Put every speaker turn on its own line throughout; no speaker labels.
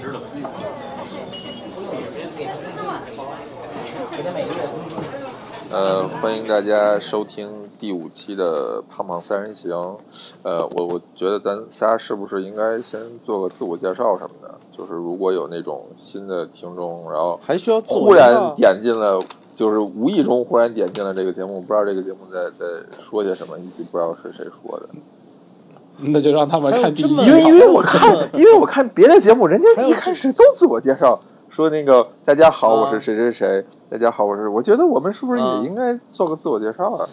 知道。
呃，欢迎大家收听第五期的《胖胖三人行》。呃，我我觉得咱仨是不是应该先做个自我介绍什么的？就是如果有那种新的听众，然后
还需要自我
忽
介
然
绍
点进了，就是无意中忽然点进了这个节目，不知道这个节目在在说些什么，以及不知道是谁说的。
那就让他们看第一
还有这么
啊集
因为因为我
这
看
么，
因为我看别的节目，人家
还有
一
这
开始都自我介绍，说那个大家好，
啊
我是谁谁谁，大家好，我是，我觉得我们是不是也
啊
应该做个自我介绍啊？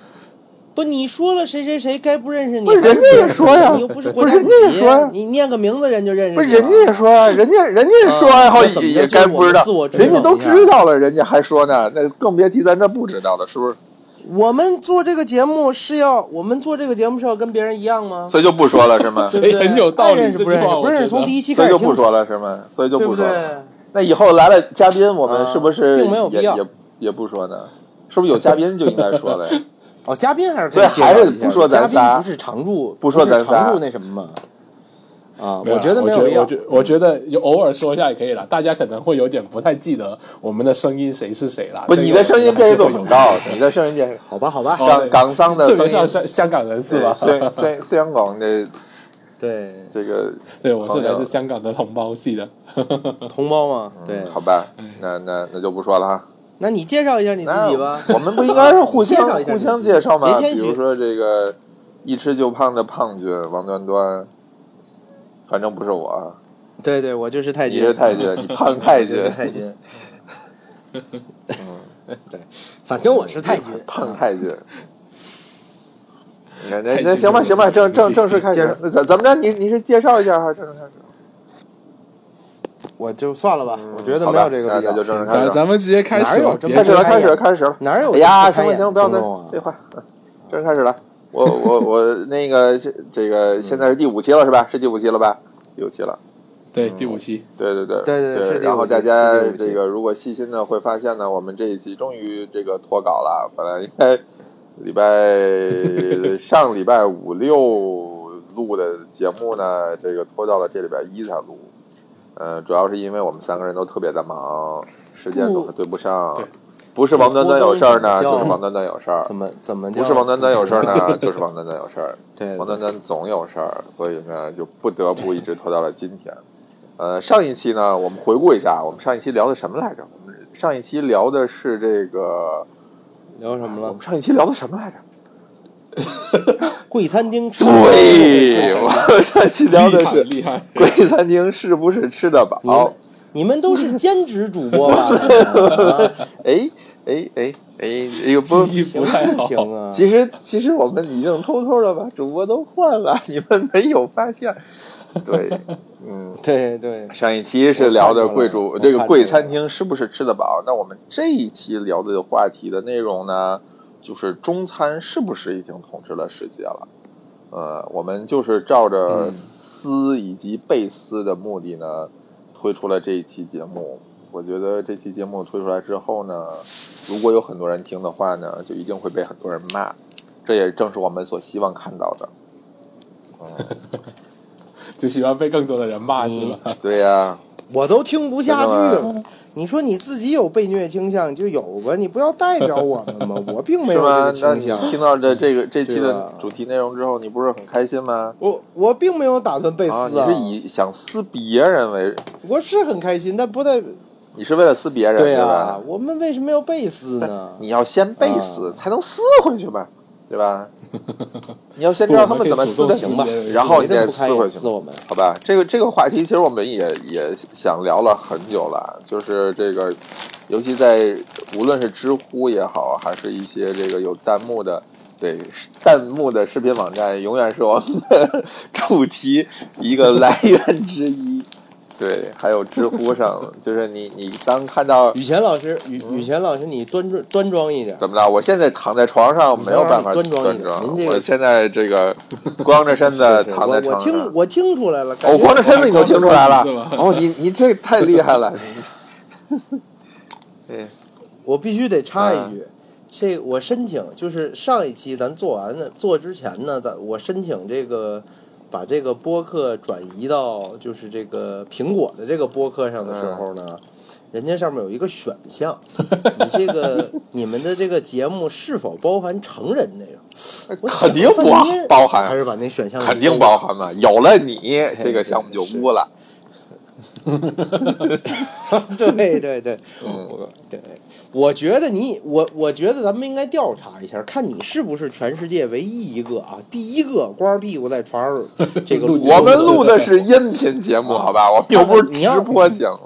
不，你说了谁谁谁该不认识你，
不是
还
人家也
认识
说呀
你又不是国
不
家
是人家也
级
说呀
你念个名字人就认识你
不
了，啊
是人家也说啊，人家人家说爱好
那怎么
也
着
也该不知道
就是我们，自我
人家都
知道一
知
下
道了，人家还说呢，那更别提咱这不知道的，是不是？
嗯我们做这个节目是要，我们做这个节目是要跟别人一样吗？
所以就不说了是吗？
对不对
哎很有道理
爱认识不
这
认识
句话？我
不认识
觉得
从第一期
所
开
以
始
就
听
不说了是吗？所以就
对
不
不
说
对？
了。那以后来了嘉宾，我们
啊
是不是
并没有
也
必要
也也不说呢？是不是有嘉宾就应该说了呀？
哦，嘉宾还是
所以还是不说咱
咱
仨
嘉宾不是常驻，
不说咱仨
是常驻那什么嘛。啊，
没有
我觉得没有
我
必
觉得
要
我。觉我觉得有偶尔说一下也可以了。大家可能会有点不太记得我们的声音谁是谁了。
不，
这个
你的声音变一种
我
广
觉得还
告
是，会
你
有
的声音变
好吧，好吧，
哦
港港桑的
特
声
别像
音，
香香港人是吧
对？虽虽虽然港的
对，
这个，
对，我是来
朋友
自香港的同胞系的。
同胞嘛，
嗯
对。哎
好吧，那那那就不说了哈。
那你介绍一下你自己吧。
我们不应该是互
介
相
绍一下
互
你
相
自己
介绍吗？
别谦
比
虚
如说这个一吃就胖的胖君王端端，反正不是我啊，
对对，我就是太
你
君，
是太 君，你胖太君
我就，是太君。对，反正我是太君。
胖太 君。那那
太君
那行吧，
这个
行吧，正正正式开
介
始
绍。
那咱咱们这你你是介绍一下还是正式开始？
我就算了吧，我觉得
嗯好
没
吧
有这个
那
必要。
那就正式开始
咱
吧。
咱们直接开始
哪有
吧，
这
别
开
么
始了，
睁开
开始了，
眼
开始了。
哪有？
哎呀，行了行了，不要再废
了。
话， 正式开始了。我我我那个这这
嗯
个现在是第五期了是吧？是第五期了吧？第五期了。
对第五期，
对对对
对对是第
然后
五期
大家
是第五期
这个如果细心的会发现呢，我们这一期终于这个脱稿了，本来应该 礼拜上礼拜五六录的节目呢，这个拖到了这礼拜一才录。呃，主要是因为我们三个人都特别的忙，时间都
不
对不上
对。
不是王端端有事儿呢，
不
就
光
是王端端有事儿；
怎么怎么叫？
不是王端端有事儿 呢，就是王端端有事儿。
对，
王端端总有事儿，所以呢就不得不一直拖到了今天。呃，上一期呢，我们回顾一下，我们上一期聊的什么来着？我们上一期聊的是这个，
聊什么
我
了
们？上一期聊的什么来着？啊
贵餐厅吃。
对，我们上一期聊的是
厉害厉害。
贵餐厅是不是吃得
你们
饱？
你们都是兼职主播吧？ 啊
哎哎哎哎，哎呦不。
记忆不
行
太
不
好，
行啊？
其实，其实我们已经偷偷的把主播都换了，你们没有发现？对，嗯，
对对，
上一期是聊的贵
我
主
看出
这
来
个
了
贵餐厅是不是吃得饱？那我们这一期聊的话题的内容呢，就是中餐是不是已经统治了世界了？呃，我们就是照着
嗯
思以及被思的目的呢，推出了这一期节目。我觉得这期节目推出来之后呢，如果有很多人听的话呢，就一定会被很多人骂。这也正是我们所希望看到的。嗯
就喜欢被更多的人骂是吧？
对呀、
我都听不下去
真
了。你说你自己有被虐倾向就有吧，你不要 代表我们嘛。我并
是
没有
吗
这？
那
个倾
你
向，
听到这这 个这期
对
的
吧
主题内容之后，你不是很开心吗？
我我并没有打算被
啊，
撕
你是以想撕别人为，
我是很开心，但不代
你是为了撕别人
对啊，
吧？
我们为什么要被撕呢？
你要先被撕，
啊
才能撕回去吧，对 吧？你要先知
不
道
我
他
们可
们
以
怎么
主
撕
动
的，
行吧
然后你
你
再
不
撕
开
回
眼
去
撕。我们，
好吧，这个这个话题其实我们也也想聊了很久了，就是这个，尤其在无论是知乎也好，还是一些这个有弹幕的，对弹幕的视频网站，永远是我们的 主题一个来源之一。对，还有知乎上，就是你你当看到
雨前老师，雨
嗯
雨前老师，你端庄端庄一点。
怎么着？我现在躺在床上没有办法
端庄一
端
点
庄，
您这个
我现在这个光着 身子
对
躺在
我我
床上。
听我听出来了，感
哦，
觉
光着身子你都听出来了
是吧？
哦，你你这太厉害了！哎对，
我必须得插一
嗯
句，这我申请就是上一期咱做完的做之前呢，咱我申请这个
把这个播客转移到就是这个苹果的这个播客上的时候呢，
嗯
人家上面有一个选项，你这个你们的这个节目是否包含成人内容？我想
肯定不
半天
包含啊
还是把那选项
哎肯定包含嘛，有了你这个项目就污了。
含。 对对对，
嗯，
我对，我觉得你我我觉得咱们应该调查一下，看你是不是全世界唯一一个啊，第一个光着屁股在床上这个
录节目
我们录的是音频节目，好吧？我们又不是直播节目，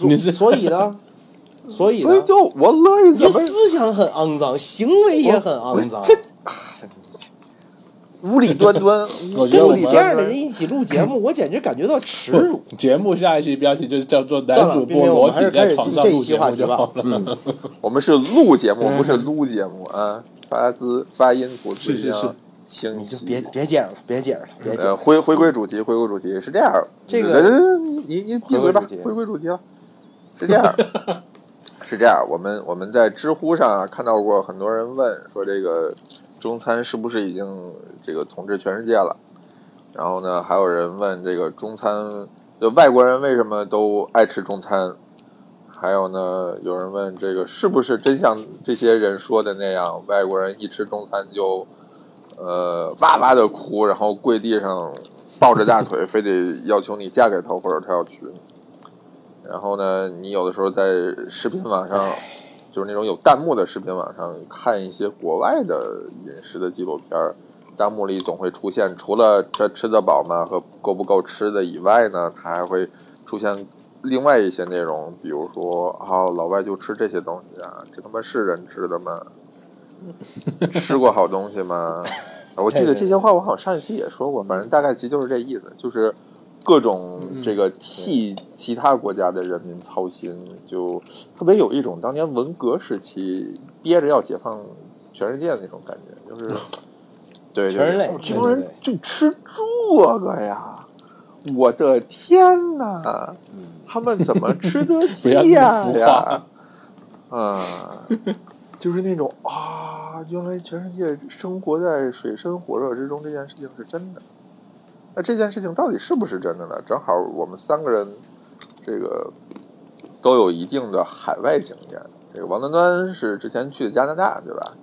你是
所以呢，所以
所以
呢，
就我乐意
你
怎么
思想很肮脏，行为也很肮脏。
这无理端端，
我觉得我
跟你
们
这样的人一起录节目，我简直感觉到耻辱。
节目下一期标题就叫做“
算
男
了
主
冰
播
冰
裸
我们还
体
是开
在
始
床
进
上
这一
录
期
节
话
目”
题
就好
吧。
了。
嗯，
我们是录节目，不是撸节目啊，发字发音吐字
是是是
清晰。
你就别别解释了，别解释了，别解释了。
呃，回回归主题，回归主题是这样。
这个
呃你你闭嘴吧
回归主题，
回归主题了，是这样， 是这样。我们我们在知乎上啊看到过很多人问说，这个中餐是不是已经这个统治全世界了？然后呢，还有人问这个中餐，就外国人为什么都爱吃中餐？还有呢，有人问这个是不是真像这些人说的那样，外国人一吃中餐就呃哇哇的哭，然后跪地上抱着大腿，非得要求你嫁给他，或者他要娶你。然后呢，你有的时候在视频网上，就是那种有弹幕的视频网上看一些国外的饮食的纪录片儿，弹幕里总会出现除了这吃得饱吗和够不够吃的以外呢，它还会出现另外一些内容，比如说啊、老外就吃这些东西啊，这他妈是人吃的吗？吃过好东西吗？啊我记得这些话我好像上一期也说过，反正大概其实就是这意思，就是各种这个替其他国家的人民操心，就特别有一种当年文革时期憋着要解放全世界的那种感觉， 就是对对
全人类
对这帮人
对
就吃这个呀！我的天哪，
嗯
他们怎么吃 得起
要那
呀
么浮
呀
夸？
啊，就是那种啊，原来全世界生活在水深火热之中这件事情是真的。那这件事情到底是不是真的呢？正好我们三个人，这个都有一定的海外经验。这个王端端是之前去的加拿大，对吧？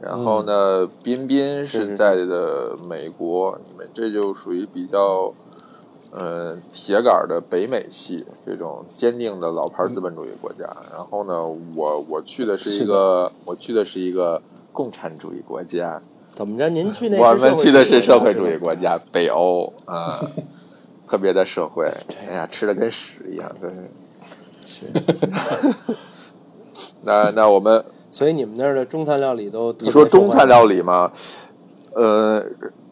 然后呢，
嗯
彬彬
是是
是
是
在的美国，你们这就属于比较，呃，铁杆儿的北美系这种坚定的老牌
嗯
资本主义国家。然后呢，我我去的是
是
一
的，
个，我去的是一个共产主义国家。
怎么着？您去那
我
是社
们
会
去的是
主义
社
国
会主义国
家。
家，北欧啊， 特别的社会。哎呀，吃的跟屎一样，真是。 那那我们，
所以你们那儿的中餐料理都特别
你说中餐料
受欢
理吗？呃，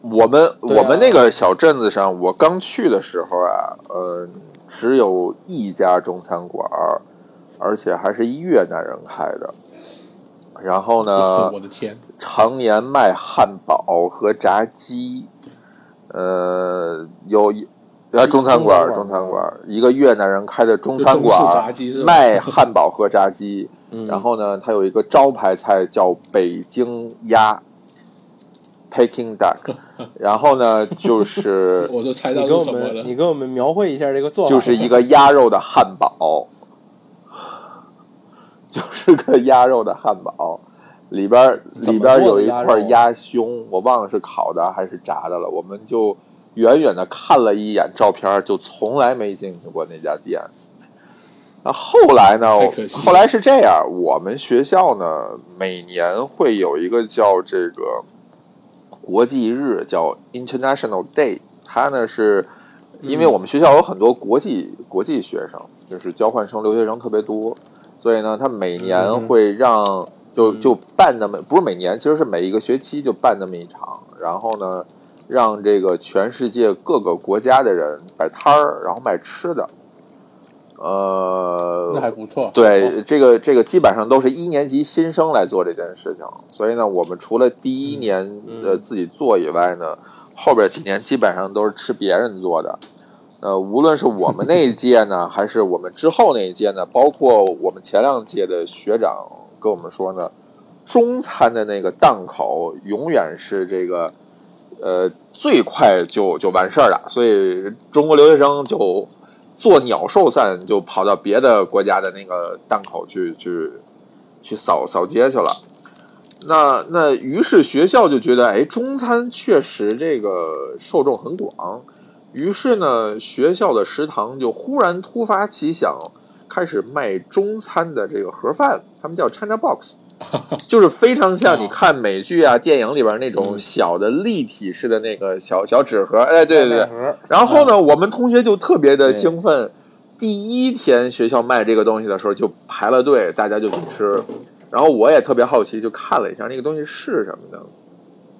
我们、
对啊
我们那个小镇子上，我刚去的时候啊，呃，只有一家中餐馆儿，而且还是一越南人开的。然后呢
我的天，
常年卖汉堡和炸鸡，呃，有一呃中餐馆儿，
中
中
餐馆儿
餐馆儿，一个越南人开的中餐馆
中式
儿
炸鸡是吧
卖汉堡和炸鸡，
迎，
然后呢，它有一个招牌菜叫北京鸭 （Peking Duck），然后呢，就是
我都猜
嗯你
到
给我
是什么
们
了。
你给我们描绘一下这个做法，
就是一个鸭肉的汉堡，就是个鸭肉的汉堡，里边儿
怎
里
么
边
做
儿
的
有一
鸭
块
肉啊
鸭胸，我忘了是烤的还是炸的了。我们就远远的看了一眼照片儿，就从来没进去过那家店。那后来呢
太可？惜了
后来是这样，我们学校呢每年会有一个叫这个国际日，叫 International Day。它呢是因为我们学校有很多国际国际学生，就是交换生、留学生特别多，所以呢，他每年
嗯
会让就
嗯
就办那么不是每年，其实是每一个学期就办那么一场，然后呢，让这个全世界各个国家的人摆摊儿，然后卖吃的。呃，
那还不错。哦
对，这个这个基本上都是一年级新生来做这件事情，所以呢，我们除了第一年
嗯
呃自己做以外呢，后边几年基本上都是吃别人做的。呃，无论是我们那一届呢，还是我们之后那一届呢，包括我们前两届的学长跟我们说呢，中餐的那个档口永远是这个呃，最快就就完事儿了。所以中国留学生就做鸟兽散，就跑到别的国家的那个档口去去去扫扫街去了。那那于是学校就觉得，哎，中餐确实这个受众很广。于是呢，学校的食堂就忽然突发奇想，开始卖中餐的这个盒饭，他们叫 China Box，就是非常像你看美剧啊、电影里边那种小的立体式的那个小小纸盒。嗯哎，对对对。
对，
然后呢，我们同学就特别的兴奋，第一天学校卖这个东西的时候就排了队，大家就去吃。然后我也特别好奇，就看了一下那个东西是什么呢？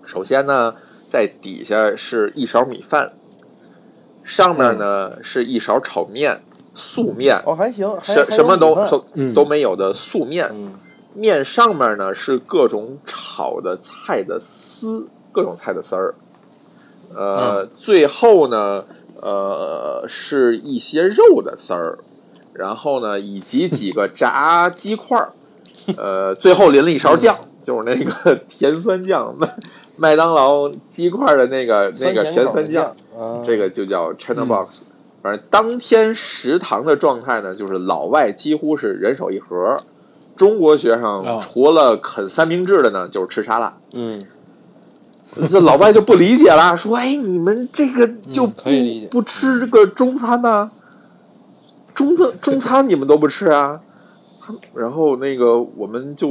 首先呢，在底下是一勺米饭，上面呢、是一勺炒面，素面，
哦，还行，还
什什么都
还有米饭
都
嗯
都没有的素面。
嗯，
面上面呢是各种炒的菜的丝，各种菜的丝儿。呃，最后呢，呃，是一些肉的丝儿，然后呢，以及几个炸鸡块儿，呃，最后淋了一勺酱，
嗯
就是那个 甜酸酱，麦麦当劳鸡块的那个那
酸
个
甜
甜
口
酸
的
酱，
啊
这个就叫 China Box。反正当天食堂的状态呢，就是老外几乎是人手一盒，中国学生
哦
除了啃三明治的呢，就是吃沙拉。
嗯，
这老外就不理解啦，说：“哎，你们这个就
嗯
不、
可以理解嗯
不吃这个中餐呐、中餐中餐你们都不吃啊？”他们然后那个我们就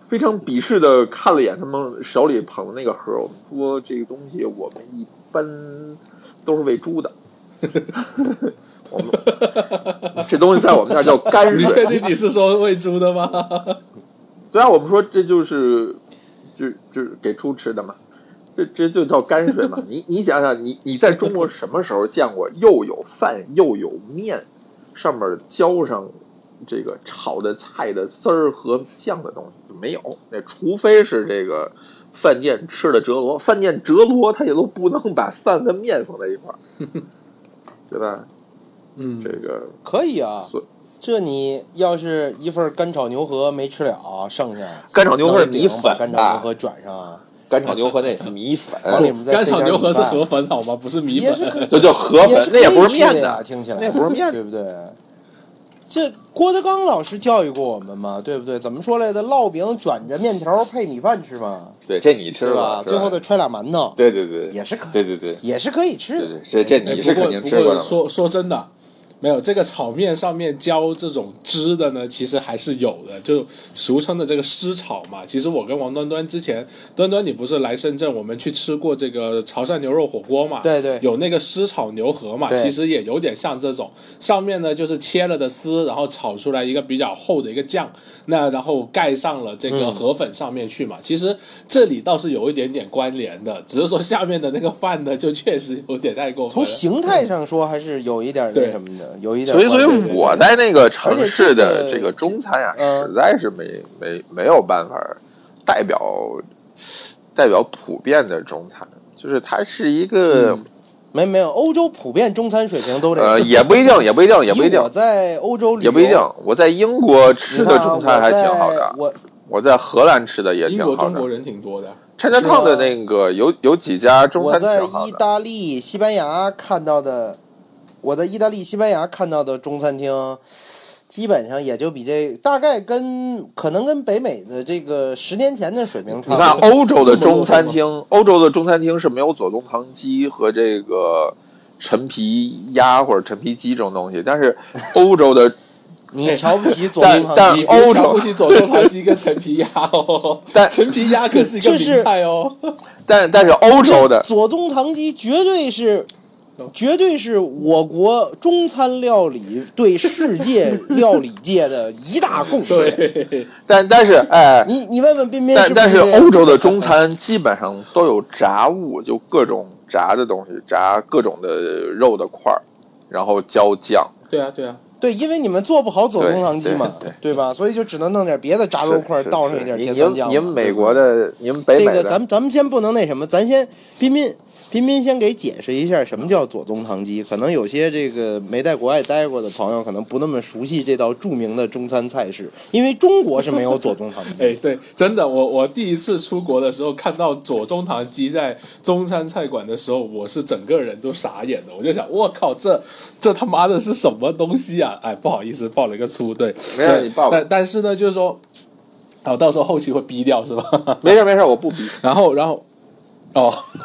非常鄙视的看了一眼他们手里捧的那个盒儿，我们说这个东西我们一般都是喂猪 的。我们这东西在我们这儿叫泔
你确
水，啊
定你是说喂猪的吗？
对啊，我们说这就是，就就是给猪吃的嘛，这这就叫泔水嘛。你你想想，你你在中国什么时候见过又有饭又有面，上面浇上这个炒的菜的丝儿和酱的东西没有？那除非是这个饭店吃的折罗，饭店折罗他也都不能把饭跟面放在一块儿，对吧？
嗯
这个
可以啊
所。
这你要是一份干炒牛河没吃了，剩下
干炒牛河是
弄一
米
饼把
粉
干炒牛
啊，
河卷上，
干炒牛河那也是米粉，
往里面再
干
塞
炒
点
牛河是
米饭
河粉好吗？不是米
也是
粉。
可以
这叫河粉，那也不是面
的
的
呀，。听起来
那也不是面的
对不对？这郭德纲老师教育过我们嘛，对不对？怎么说来的？烙饼卷着面条配米饭吃嘛，
对，这你吃
对
了
吧？
是
最后再揣俩馒头，
对对对，
也是可
对对对
也是可以吃
对
的。
对，这这
哎
你是
不
肯
过
定
不
吃过
过
的嘛。
说说真的，没有这个炒面上面浇这种汁的呢，其实还是有的，就俗称的这个湿炒嘛。其实我跟王端端之前，端端你不是来深圳，我们去吃过这个潮汕牛肉火锅嘛？
对对
有那个湿炒牛河嘛，
对
其实也有点像这种，上面呢就是切了的丝，然后炒出来一个比较厚的一个酱，那然后盖上了这个
嗯
河粉上面去嘛。其实这里倒是有一点点关联的，只是说下面的那个饭呢，就确实有点太过分
从
了。
形态上说，还是有一点那
对
什么的，有一点
所以，
关
所
联。
以我在那个城市
而
的
且这个
这个中餐呀，
嗯
实在是没没没有办法代表代表普遍的中餐，就是它是一个
嗯没没有，欧洲普遍中餐水平都这
呃，
样。
也不一定，也不一定，也不一
以
定
我，在欧洲旅
也
游
不一定。我在英国吃
你看
的
啊
中餐还挺好
我在
的，
我
我在荷兰吃的也
英
挺
国
好
中
的
国。人挺多的，
China Town 的那个有有几家中
我
餐
在
挺好
意
的，
大利、西班牙看到的，我在意大利、西班牙看到的中餐厅，基本上也就比这大概跟可能跟北美的这个十年前的水平差
你
不
看
多。
欧洲的中餐厅，欧洲的中餐厅是没有左宗棠鸡和这个陈皮鸭或者陈皮鸡这种东西，但是欧洲的
你瞧不起左
但
宗
但
棠鸡，
欧洲，
别瞧不起左宗棠鸡跟陈皮鸭哦
但
陈皮鸭可是一个
就是
名菜哦。
但但是欧洲的
这左宗棠鸡绝对是。绝对是我国中餐料理对世界料理界的一大贡献。
对，
但但是哎，
你你问问彬彬
但
是不
但是
这样
欧洲的中餐基本上都有炸物，就各种炸的东西，炸各种的肉的块儿，然后浇酱。
对啊，对啊，
对，因为你们做不好左宗棠鸡嘛，
对对
吧？所以就只能弄点别的炸肉块，
是是
倒上一点
是
甜酸酱嘛。
您您美
对吧
国的，您北
这
美
个，
的，
咱们咱们先不能那什么，咱先彬彬，
彬彬先给解释一下什么叫左宗棠鸡，可能有些这个没在国外待过的朋友，可能不那么熟悉这道著名的中餐菜式，因为中国是没有左宗棠鸡。
哎，对，真的，我我第一次出国的时候看到左宗棠鸡在中餐菜馆的时候，我是整个人都傻眼的，我就想，我靠，这这他妈的是什么东西啊？哎，不好意思，爆了一个粗，对，
没事
对
你爆吧
但但是呢，就是说，哦，到时候后期会逼掉是吧？
没事没事，我不逼。
然后，然后，哦，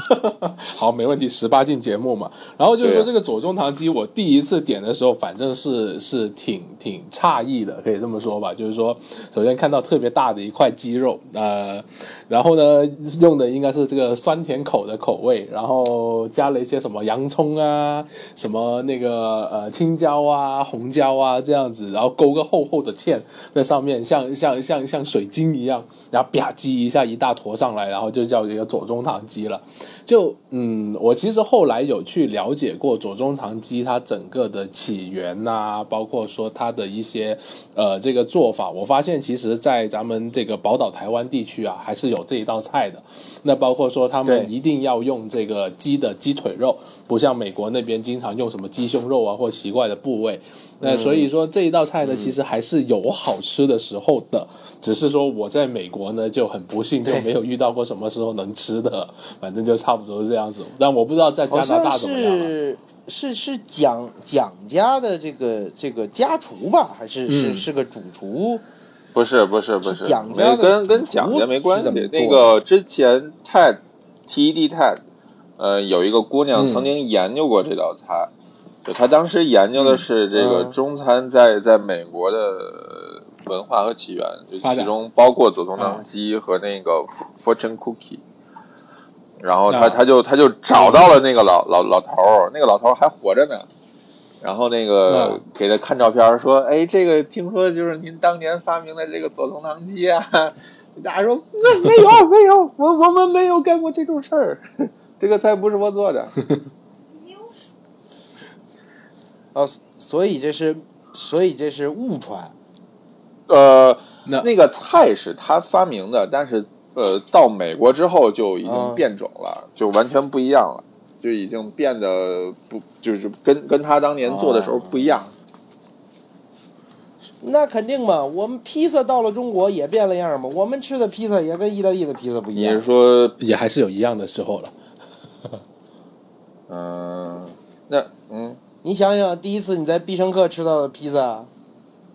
好，没问题，十八禁节目嘛。然后就是
对
说
啊
这个左宗棠鸡，我第一次点的时候，反正是是挺挺诧异的，可以这么说吧。就是说，首先看到特别大的一块鸡肉，呃，然后呢，用的应该是这个酸甜口的口味，然后加了一些什么洋葱啊，什么那个呃青椒啊、红椒啊这样子，然后勾个厚厚的芡在上面，像像像像水晶一样，然后吧唧一下一大坨上来，然后就叫一个左宗棠鸡了。就嗯，我其实后来有去了解过左宗棠鸡它整个的起源呐、包括说它的一些呃这个做法，我发现其实，在咱们这个宝岛台湾地区啊，还是有这一道菜的。那包括说他们
对
一定要用这个鸡的鸡腿肉，不像美国那边经常用什么鸡胸肉啊或奇怪的部位。那所
嗯
以说这一道菜呢，其实还是有好吃的时候的，只是说我在美国呢就很不幸就
对
没有遇到过什么时候能吃的，反正就差不多是这样子。但我不知道在加
好
拿大
像
怎么样啊。
是是是蒋蒋家的这个这个家厨吧，还是是
嗯
是个主厨？
不是不是不
是
是，
蒋家
没
的
跟跟
主
蒋家没
是
关
怎么
系。
做
那个之前 TED TED TED，呃，有一个姑娘
嗯
曾经研究过这道菜，就她当时研究的是这个
嗯
中餐在在美国的呃文化和起源，就
发
其
展
中包括左宗
嗯
棠鸡和那个 fortune cookie。然后
啊
他他就他就找到了那个老老老头儿，那个老头儿还活着呢。然后那个
嗯
给他看照片儿，说：“哎，这个听说就是您当年发明的这个左宗棠鸡啊。” 大家说：“那没有没有，我我们没有干过这种事儿，这个菜不是我 做的。
哦，所以这是所以这是误传。”
呃，
那
那个菜是他发明的，但是呃，到美国之后就已
啊
哦
经变种了，就完全不一样了，就已经变得不就是跟跟他当年做的时
哦
候不一样。
那肯定嘛，我们披萨到了中国也变了样儿嘛，我们吃的披萨也跟意大利的披萨不一
你是
样。
说
也还是有一样的时候了。
嗯，那嗯，
你想想，第一次你在必胜客吃到的披萨，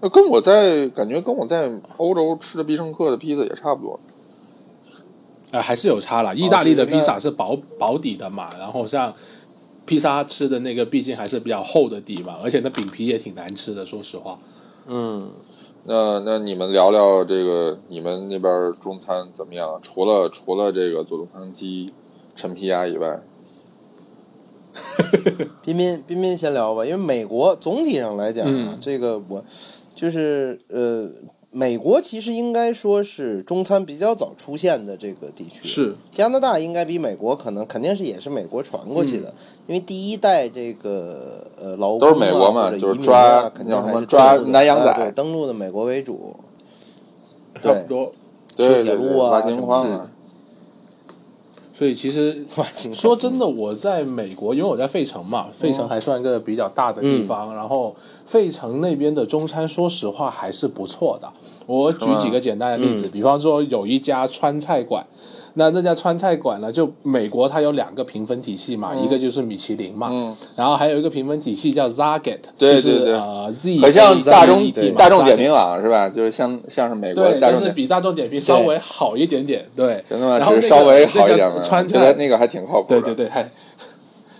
那呃跟我在感觉跟我在欧洲吃的必胜客的披萨也差不多。
呃，还是有差了。意大利的
哦就是那
披萨是薄薄底的嘛，然后像披萨吃的那个，毕竟还是比较厚的底嘛，而且那饼皮也挺难吃的，说实话。
嗯，
那那你们聊聊这个你们那边中餐怎么样？除了除了这个左宗棠鸡、陈皮鸭以外，
彬彬彬彬先聊吧，因为美国总体上来讲啊，
嗯
这个我就是呃，美国其实应该说是中餐比较早出现的这个地区，
是，
加拿大应该比美国可能肯定是也是美国传过去的，
嗯
因为第一代这个呃劳工、啊、
都是美国嘛
或者
就是
移民
抓
啊、肯定
叫什
还
么
是
抓
登陆的
南洋仔
啊对登陆的美国为主，
差
对
不，多。
对
吃
对
铁
对，
路啊
挖金矿
什么
啊
的，
所以其实
哇，挺
说真的，我在美国，因为我在费城
嗯
嘛，费城还算一个比较大的地方。然后费城那边的中餐，说实话还是不错的。我举
吗
几个简单的例
嗯
子，比方说有一家川菜馆，那那家川菜馆呢，就美国它有两个评分体系嘛，一个就是米其林嘛，
嗯，
然后还有一个评分体系叫 Zagat，
对
就是
对对
呃 Z，
很像大众
A T 嘛
大众点评
Zagat
网是吧？就是像像是美国
对，
大
但
众
是
点评，
比大众点评稍微好一点点，对。
真的吗？
然后
只
那
是
个
稍微好一点
那
嘛，
家川
觉得
菜
那个还挺靠谱
对
的。
对对，还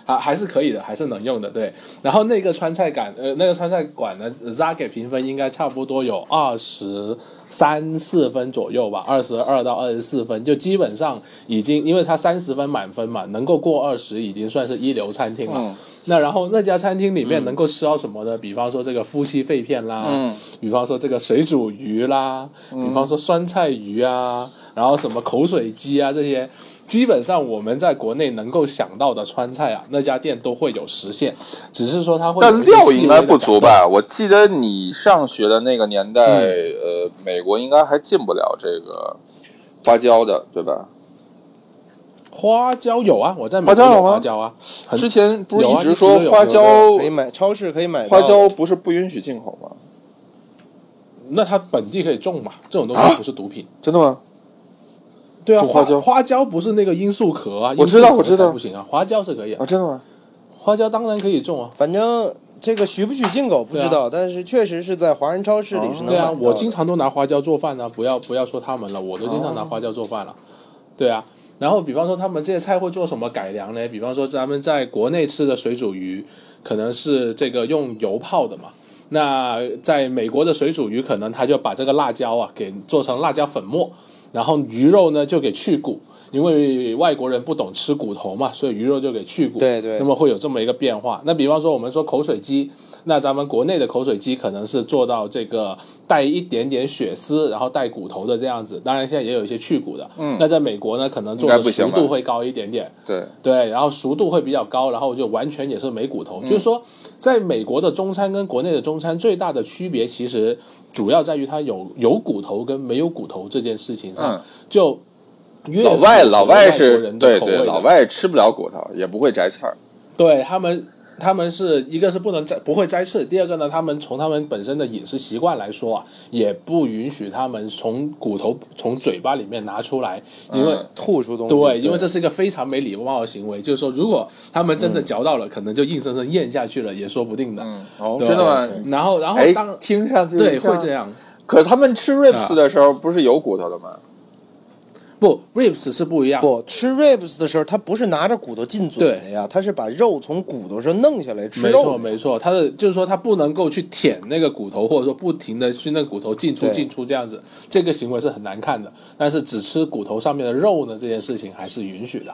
啊还还是可以的，还是能用的。对，然后那个川菜馆，呃，那个川菜馆呢 z a g 评分应该差不多有二十三四分左右吧，二十二到二十四分，就基本上已经，因为它三十分满分嘛，能够过二十已经算是一流餐厅了。
嗯
那然后那家餐厅里面能够吃到什么呢？比方说这个夫妻肺片啦，
嗯
比方说这个水煮鱼啦，比方说酸菜鱼啊，然后什么口水鸡啊这些，基本上我们在国内能够想到的川菜啊，那家店都会有实现，只是说它会有
但
一些
料
细
应
微
该
的
不
改
足
动？
吧？我记得你上学的那个年代，
嗯
呃，美国应该还进不了这个花椒的，对吧？
花椒有啊，我在美
花
国
椒有
有
吗
花椒啊，很
之前不是
有
一
啊
直
一直
说
都有
花
对
椒
可以买，超市可以买到
花
的
椒不是不允许进口吗？
那它本地可以种嘛？这种东
啊
西不是毒品。
真的吗？
对啊，
种
花
花椒
花椒不是那个罂粟壳啊，
我知道
罂粟壳
我知
才
道
不行啊，花椒是可以啊
啊，，真的吗？
花椒当然可以种啊。
反正这个许不许进口不知道，但是确实是在华人超市里
哦
是能
啊
买
对
到哦
啊，
的。
我经常都拿花椒做饭啊，不要不要说他们了，我都经常拿花椒做饭了。对啊，然后比方说他们这些菜会做什么改良呢？比方说咱们在国内吃的水煮鱼，可能是这个用油泡的嘛。那在美国的水煮鱼，可能他就把这个辣椒啊给做成辣椒粉末，然后鱼肉呢就给去骨，因为外国人不懂吃骨头嘛，所以鱼肉就给去骨。
对对
那么会有这么一个变化。那比方说我们说口水鸡，那咱们国内的口水鸡可能是做到这个带一点点血丝，然后带骨头的这样子。当然现在也有一些去骨的。
嗯
那在美国呢，可能做
应该
的
不行
熟
吧
度会高一点点。
对，
对，然后熟度会比较高，然后就完全也是没骨
嗯
头。就是说，在美国的中餐跟国内的中餐最大的区别，其实主要在于它有有骨头跟没有骨头这件事情上。
嗯，
就越
老
符合
外老外
国
是
人的
对
口味
对，
的
老外吃不了骨头，也不会摘刺儿。
对他们，他们是一个是不能摘，不会摘刺；第二个呢，他们从他们本身的饮食习惯来说啊，也不允许他们从骨头从嘴巴里面拿出来，因为、
嗯
吐出东西，
对，因为这是一个非常没礼貌的行为。就是说，如果他们真的嚼到了，可能就硬生生咽下去了，也说不定的。
嗯，哦，
对
真的
对
吗？
然后，然
哎
后当、，
听上去
对
像
会这。样，
可他们吃 ribs
啊
的时候不是有骨头的吗？
不，ribs 是不一样。
不吃 ribs 的时候，他不是拿着骨头进嘴的呀，他是把肉从骨头上弄下来吃
没
肉
错，
的。
没错，它的就是说，它不能够去舔那个骨头，或者说不停的去那个骨头进出
对
进出这样子，这个行为是很难看的。但是只吃骨头上面的肉呢，这件事情还是允许的。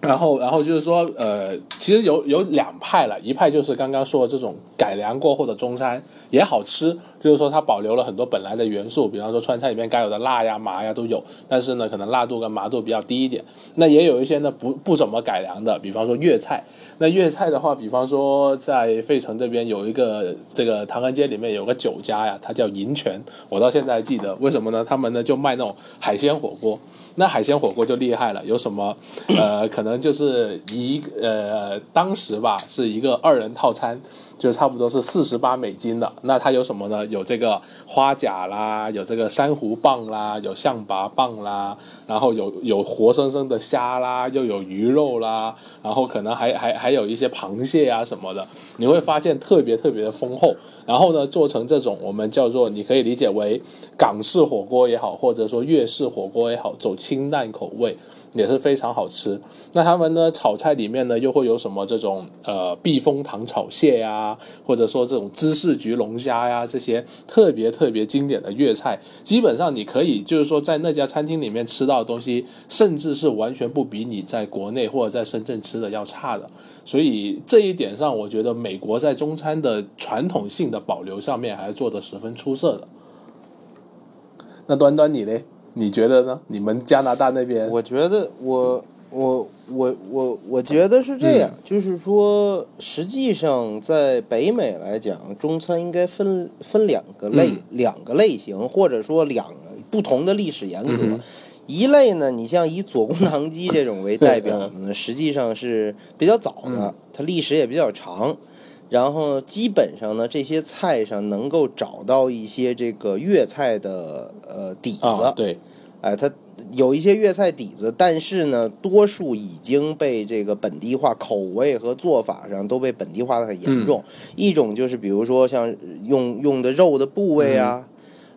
然后，然后就是说，呃，其实有有两派了，一派就是刚刚说的这种改良过后的中餐也好吃，就是说它保留了很多本来的元素，比方说川菜里面该有的辣呀、麻呀都有，但是呢，可能辣度跟麻度比较低一点。那也有一些呢不不怎么改良的，比方说粤菜。那粤菜的话，比方说在费城这边有一个这个唐人街里面有个酒家呀，它叫银泉，我到现在还记得。为什么呢？他们呢就卖那种海鲜火锅。那海鲜火锅就厉害了，有什么？呃，可能就是一呃，当时吧是一个二人套餐，就差不多是四十八美金的。那它有什么呢？有这个花甲啦，有这个珊瑚棒啦，有象拔蚌啦，然后有有活生生的虾啦，又有鱼肉啦，然后可能还还还有一些螃蟹啊什么的，你会发现特别特别的丰厚。然后呢，做成这种我们叫做你可以理解为港式火锅也好，或者说粤式火锅也好，走清淡口味也是非常好吃。那他们呢，炒菜里面呢又会有什么这种呃避风塘炒蟹呀、或者说这种芝士焗龙虾呀、这些特别特别经典的粤菜，基本上你可以就是说在那家餐厅里面吃到的东西，甚至是完全不比你在国内或者在深圳吃的要差的。所以这一点上，我觉得美国在中餐的传统性的保留上面还是做得十分出色的。那端端你嘞？你觉得呢？你们加拿大那边
我觉得我我我我我觉得是这
嗯
样，就是说，实际上在北美来讲，中餐应该分分两个类、
嗯
两个类型，或者说两个不同的历史沿革。
嗯哼
一类呢，你像以左宗棠鸡这种为代表的 呢，实际上是比较早的，
嗯
它历史也比较长。然后基本上呢，这些菜上能够找到一些这个粤菜的呃底子，
啊，对，
哎，它有一些粤菜底子，但是呢，多数已经被这个本地化口味和做法上都被本地化的很严重。一种就是比如说像用用的肉的部位啊，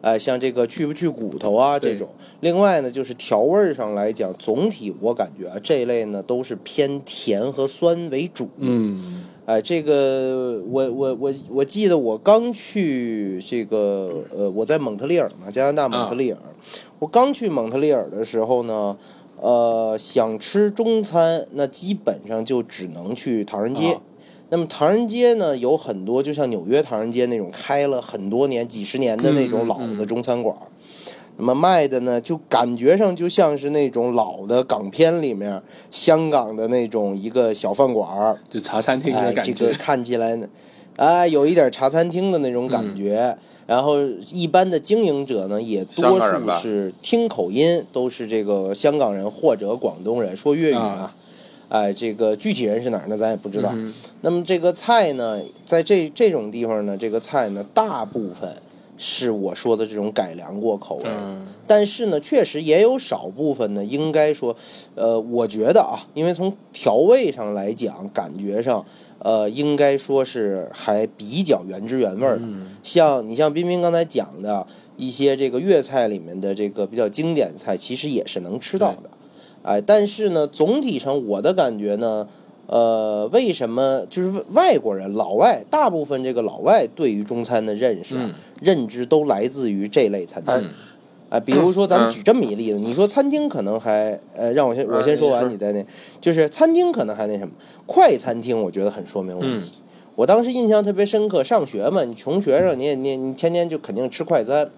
哎，像这个去不去骨头啊这
对
种。另外呢，就是调味儿上来讲，总体我感觉啊，这一类呢都是偏甜和酸为主。
嗯
哎，这个我我我我记得我刚去这个呃，我在蒙特利尔嘛，加拿大蒙特利
啊
尔。我刚去蒙特利尔的时候呢，呃，想吃中餐，那基本上就只能去唐人街。
啊
那么唐人街呢，有很多就像纽约唐人街那种开了很多年、几十年的那种
嗯嗯
老的
嗯
中餐馆儿。那么卖的呢，就感觉上就像是那种老的港片里面香港的那种一个小饭馆儿，
就茶餐厅
哎
的，感
这
觉，
个看起来呢，哎，有一点茶餐厅的那种感觉。然后一般的经营者呢，也
香
多
港人
数
吧
是听口音都是这个香港人或者广东人说粤语啊。哎，这个具体人是哪儿呢？咱也不知道。
嗯
那么这个菜呢，在这这种地方呢，这个菜呢，大部分是我说的这种改良过口味的。
嗯
但是呢，确实也有少部分呢，应该说，呃，我觉得啊，因为从调味上来讲，感觉上，呃，应该说是还比较原汁原味儿的。
嗯
像你像彬彬刚才讲的一些这个粤菜里面的这个比较经典菜，其实也是能吃到的。哎，但是呢，总体上我的感觉呢，呃，为什么就是外国人、老外，大部分这个老外对于中餐的认识啊、
嗯
认知都来自于这类餐厅。
哎
啊，比如说咱们
嗯
举这么一例子，你说餐厅可能还呃，让我先我
嗯
先说
你
完，
说
你再那，就是餐厅可能还那什么，快餐厅我觉得很说明问
嗯
题。我当时印象特别深刻，上学嘛，你穷学生，你也你你天天就肯定吃快餐。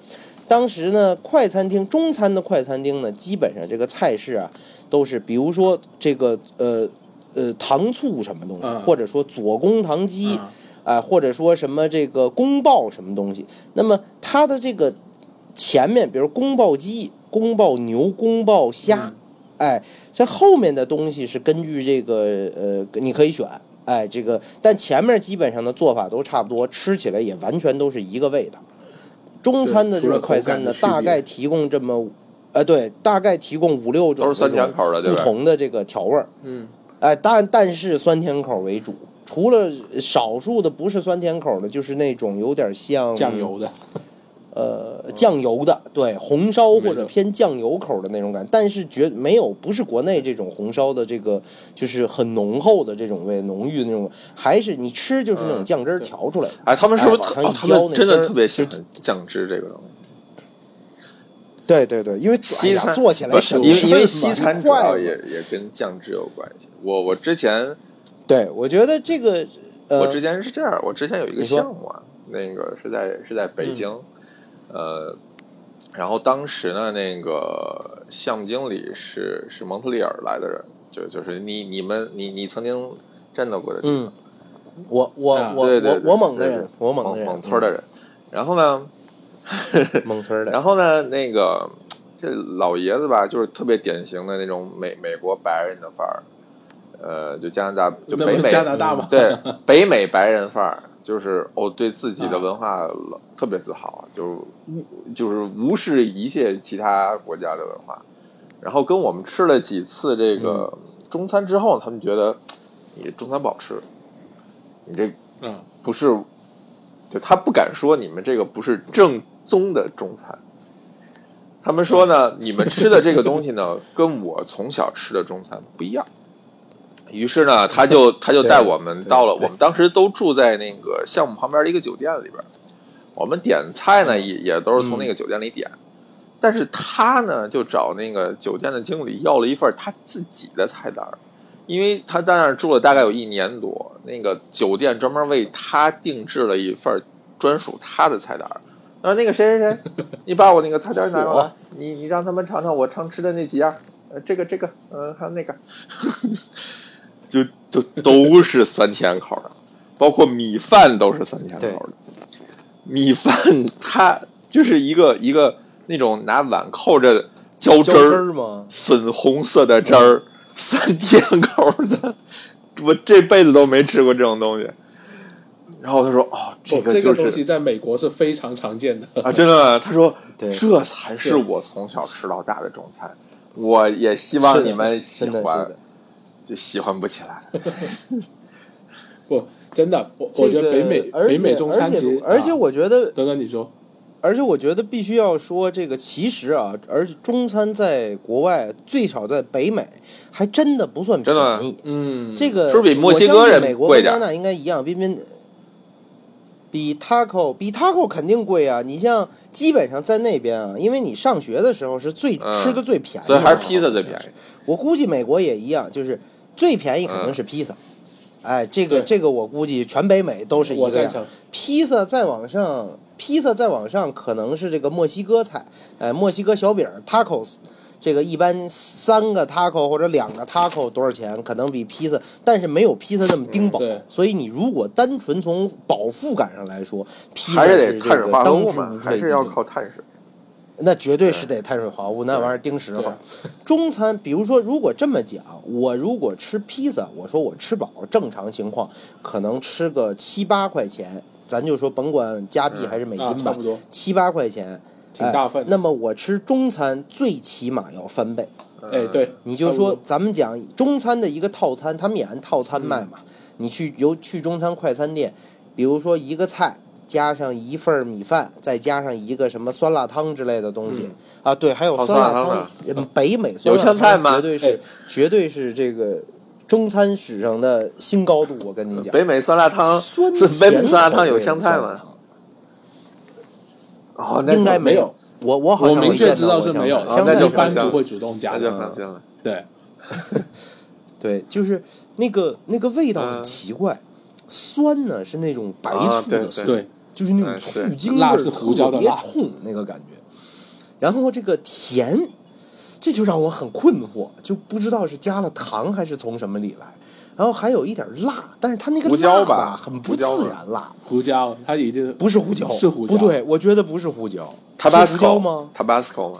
当时呢，快餐厅中餐的快餐厅呢，基本上这个菜式啊，都是比如说这个呃呃糖醋什么东西，
嗯
或者说左宗棠鸡，
嗯
啊，或者说什么这个宫爆什么东西，那么它的这个前面，比如宫爆鸡、宫爆牛、宫爆虾，哎，这后面的东西是根据这个呃，你可以选，哎，这个但前面基本上的做法都差不多，吃起来也完全都是一个味道。中餐的
对除
这
了
个快餐呢，
口感的区别
大概提供这么，呃，对，大概提供五六种
都是酸
这种
甜口的，对
不
吧？
同的这个调味儿。
嗯
哎，但但是酸甜口为主，除了少数的不是酸甜口的，就是那种有点像
酱，油的，
呃，酱油的，对，红烧或
没
者
错
偏酱油口的那种感，但是绝没有不是国内这种红烧的这个就是很浓厚的这种味，浓郁的那种，还是你吃就是那种
嗯
酱汁儿
对
调出来的。
哎，他们是不是特、
哎
哦
往上一
他
浇
们
那
真
汁儿
的特别喜欢酱汁这个东西？
对对对，因为哎
西
呀
餐
做起来
不是
省
因为
事
因
儿
为
嘛
西餐
你
主要
快
也也跟酱汁有关系。我我之前
对，我觉得这个呃，
我之前是这样，我之前有一个
你说嗯
项目啊，那个是在是在北京，呃，然后当时呢，那个项目经理是是蒙特利尔来的人，就就是你你们你你曾经战斗过的地方
嗯，我我
啊
我
对对
我
对
我蒙的
对
人
对，
我蒙的
蒙
人，
蒙村儿的人，然后呢，
嗯蒙村儿的，
然后呢，那个这老爷子吧，就是特别典型的那种美美国白人的范儿，呃，就加拿大就
那
北美嗯
不是加拿大吗？
对 北美白人范儿，就是我、对自己的文化老特别自豪，啊就是无就是无视一切其他国家的文化。然后跟我们吃了几次这
嗯
个中餐之后，他们觉得你中餐不好吃，你这
嗯，
不是，就他不敢说你们这个不是正宗的中餐。他们说呢，你们吃的这个东西呢，跟我从小吃的中餐不一样。于是呢，他就他就带我们到了，我们当时都住在那个项目旁边的一个酒店里边儿。我们点菜呢，也也都是从那个酒店里点，但是他呢就找那个酒店的经理要了一份他自己的菜单儿，因为他在那儿住了大概有一年多，那个酒店专门为他定制了一份专属他的菜单儿。然后那个谁谁谁，你把我那个菜单拿过来，你你让他们尝尝我常吃的那几样，呃，这个这个，嗯、还有那个， 就就都是酸甜口的，包括米饭都是酸甜口的。米饭它就是一个一个那种拿碗扣着浇汁
浇汁
儿，
儿吗？
粉红色的汁儿， 酸甜口的，我这辈子都没吃过这种东西。然后他说：“哦，
不，
个
这
就
个
是、
东西在美国是非常常见 的。
啊，真的吗？”他说：“
对
这才是我从小吃到大的中餐。”我也希望你们喜
真的是
欢，
的。
就喜欢不起 来。
不，真的，我
这
我觉得北美
个而
北美
且
中餐
而
其
且
实，
而且
啊
我觉得，
等等你说，
而且我觉得必须要说这个，其实啊，而且中餐在国外，最少在北美，还真的不算
真的
便宜。
嗯，
这个
是不是比墨西哥人
我相信美国
贵
跟
点
加
儿
拿大应该一样，比比比 taco 比 taco 肯定贵啊！你像基本上在那边啊，因为你上学的时候是最、
嗯
吃的最便宜的，
所以还是披萨最便宜。
我估计美国也一样，就是最便宜肯定是
嗯
披萨。哎，这个
对
这个我估计全北美都是一
我
个
赞
样。
成，
披萨再往上，披萨再往上可能是这个墨西哥菜，哎，墨西哥小饼儿 tacos，这个一般三个 taco 或者两个 taco 多少钱，可能比披萨，但是没有披萨那
嗯
么丁饱。
对
所以你如果单纯从饱腹感上来说，披萨
还是
是
得
这
碳水
个
化合
当
物
之
嘛
无，
还
愧
是
的
要
一
靠碳水。
那绝对是得碳水化合物，那玩意儿盯时候。中餐，比如说，如果这么讲，我如果吃披萨，我说我吃饱，正常情况可能吃个七八块钱，咱就说甭管加币还是美
啊，
金
差
吧，
不多，
七八块钱，
挺大份
哎。那么我吃中餐最起码要翻倍，
哎，对，
你就
差不多
说咱们讲中餐的一个套餐，他们也按套餐卖嘛。
嗯
你去由去中餐快餐店，比如说一个菜加上一份儿米饭，再加上一个什么酸辣汤之类的东西、
嗯
啊，对，还有
哦
酸辣
酸辣汤
汤
啊，
嗯北美酸
有
辣
香菜
汤
吗
绝对是、
哎
绝对是这个中餐史上的新高度，我跟你讲。
北美酸辣汤，
酸
是北
甜
美酸辣汤有
口味的
香菜
酸辣嗯
吗
汤？
哦，那
应该
就
没有
有，我我好
我
像没
明确
见
知
到
道
过
是
香
没有
菜
的，
啊
香
那
菜
就
一
是
般
放心
不
了
会主动加
那
的。
就
嗯
放心了。
对，
对，就是那个那个味道很
嗯
奇怪，酸呢是那种白
啊
醋
对
的
对
酸，
对，
就是那种
嗯
醋
对
精味
辣
儿
是胡椒的
特别
辣
冲那个感觉。然后这个甜，这就让我很困惑，就不知道是加了糖还是从什么里来。然后还有一点辣，但是它那个
胡椒
辣
吧
很不
胡椒
自
吧
然辣，
胡椒它一定
不是胡椒，
是胡椒
不对，我觉得不是胡椒，是胡椒
Tabasco
吗？
？Tabasco 吗？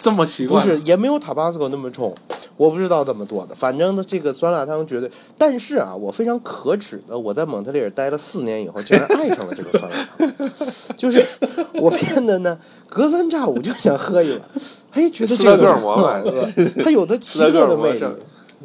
这么奇
不
怪，
是，也没有塔巴斯科那么冲，我不知道怎么做的。反正呢，这个酸辣汤绝对。但是啊，我非常可耻的，我在蒙特利尔待了四年以后，竟然爱上了这个酸辣汤。 就是我变得呢，隔三差五就想 喝一碗，哎，觉得
斯德
这个
哥尔摩吧
很好喝嗯它有它奇特的魅
斯德哥尔摩
力，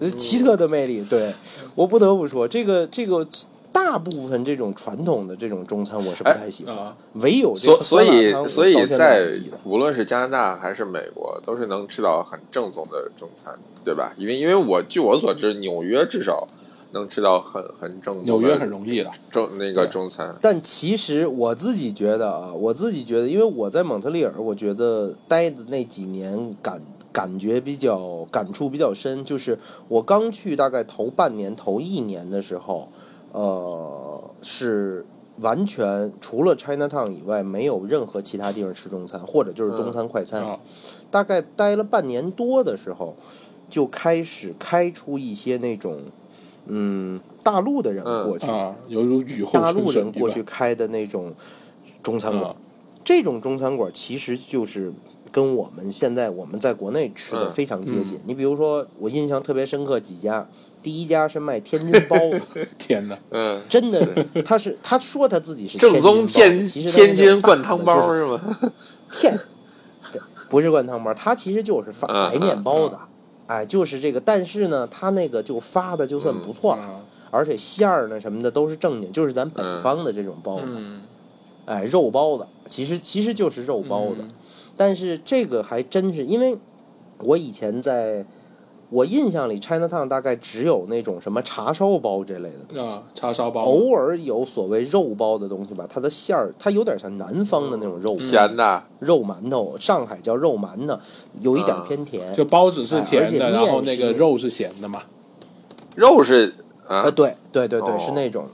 呃奇特的魅力。对我不得不说，这个这个。大部分这种传统的这种中餐我是不太喜欢，
啊，
唯有这
哎所
个
所
酸辣
以
汤我
所以
到现在
在
还记得
无论是加拿大还是美国，都是能吃到很正宗的中餐，对吧？因为因为我据我所知，纽约至少能吃到很很正宗
纽
的
约很容易了。
正那个
对
中餐。
但其实我自己觉得啊，我自己觉得，因为我在蒙特利尔，我觉得呃待的那几年感感觉比较感触比较深，就是我刚去大概头半年、头一年的时候，呃，是完全除了 China Town 以外，没有任何其他地方吃中餐，或者就是中餐快餐。
啊，
大概待了半年多的时候，就开始开出一些那种，嗯，大陆的人
嗯
过去。
啊，犹如雨后
大
春
陆人
笋一
过
般
去。开的那种中餐馆
嗯，
这种中餐馆其实就是跟我们现在我们在国内吃的
嗯
非常接近
嗯。
你比如说，我印象特别深刻几家，第一家是卖天津包 子，
天哪，
嗯，
真的，他是他说他自己是
正宗
天
天
津包子其实他
天
那种
津灌
大
汤
的
包
就是嗯
是吗？
片，对不是灌汤包，它其实就是发
嗯
白面包的，哎，就是这个。但是呢，它那个就发的就算不错了，
啊
而且馅儿呢什么的都是正经，就是咱北
嗯
方的这种包子。
嗯，
哎，肉包子其实其实就是肉包子，
嗯
但是这个还真是因为我以前在我印象里，China Town 大概只有那种什么茶烧包这类的，
啊，叉烧包，
偶尔有所谓肉包的东西吧，它的馅儿它有点像南方的那种肉、
嗯
甜的，
肉馒头，上海叫肉馒头，有一点
啊
偏甜。
就包子是甜
哎而且
的，然后
面
那
是
个
那个
肉是咸的嘛。
肉是啊
呃，，对对对对，
哦
是那种，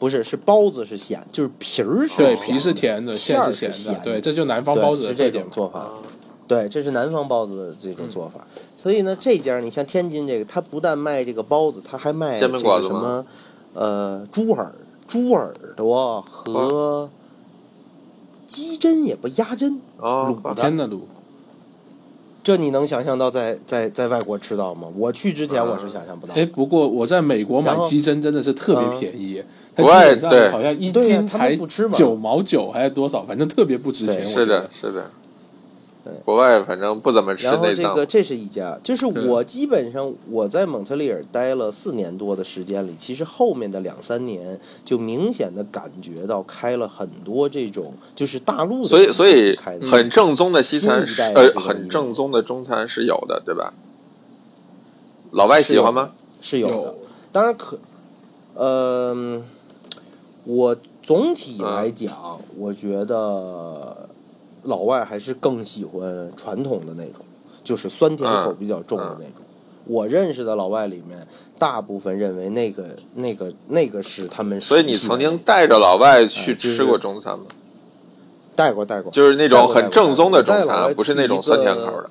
不是是包子是咸，就是皮儿是
对，
咸
皮是
的
甜的，
哦馅
馅
儿
是
是
咸
咸的
对，这就南方
对
包子的
是这
特点
种
嘛。
做法。对，这是南方包子的这种做法。所以呢，这家你像天津这个，它不但卖这个包子，它还卖这
煎
个
饼果子
什
吗
么，呃，猪耳、猪耳朵和鸡胗也不鸭胗，
哦，
卤的。
天呐，卤
这你能想象到在在在外国吃到吗？我去之前
嗯
我是想象不到的。
哎，不过我在美国买
然后嗯
鸡胗真的是特别便宜，它
国外
基本上
对
好像一
对呀
斤
他们
才
不吃嘛
九毛九还是多少，反正特别不值钱。
对
我
是
觉
的
得，，
是的
对。
国外反正不怎么吃
然后
内
这
脏
个，这是一家，就是
对
我基本上我在蒙特利尔待了四年多的时间里，其实后面的两三年就明显的感觉到开了很多这种就是大陆的
所以
这种
所以
开的
很正宗的西餐
新一
是
代的
呃
这个
很
饮
正宗的中餐是有的，对吧？老外喜欢吗？
是有的
有。
当然可，嗯，我总体来讲，
啊
我觉得老外还是更喜欢传统的那种，就是酸甜口比较重的那种。
啊
我认识的老外里面，大部分认为那个、那个、那个是他们熟
所
悉
以
的。
你曾经带着老外去
哎就是
吃过中餐吗？
带过带过，
就是那种很正宗的
带
中
过带
餐，
过
不是那种酸甜口的。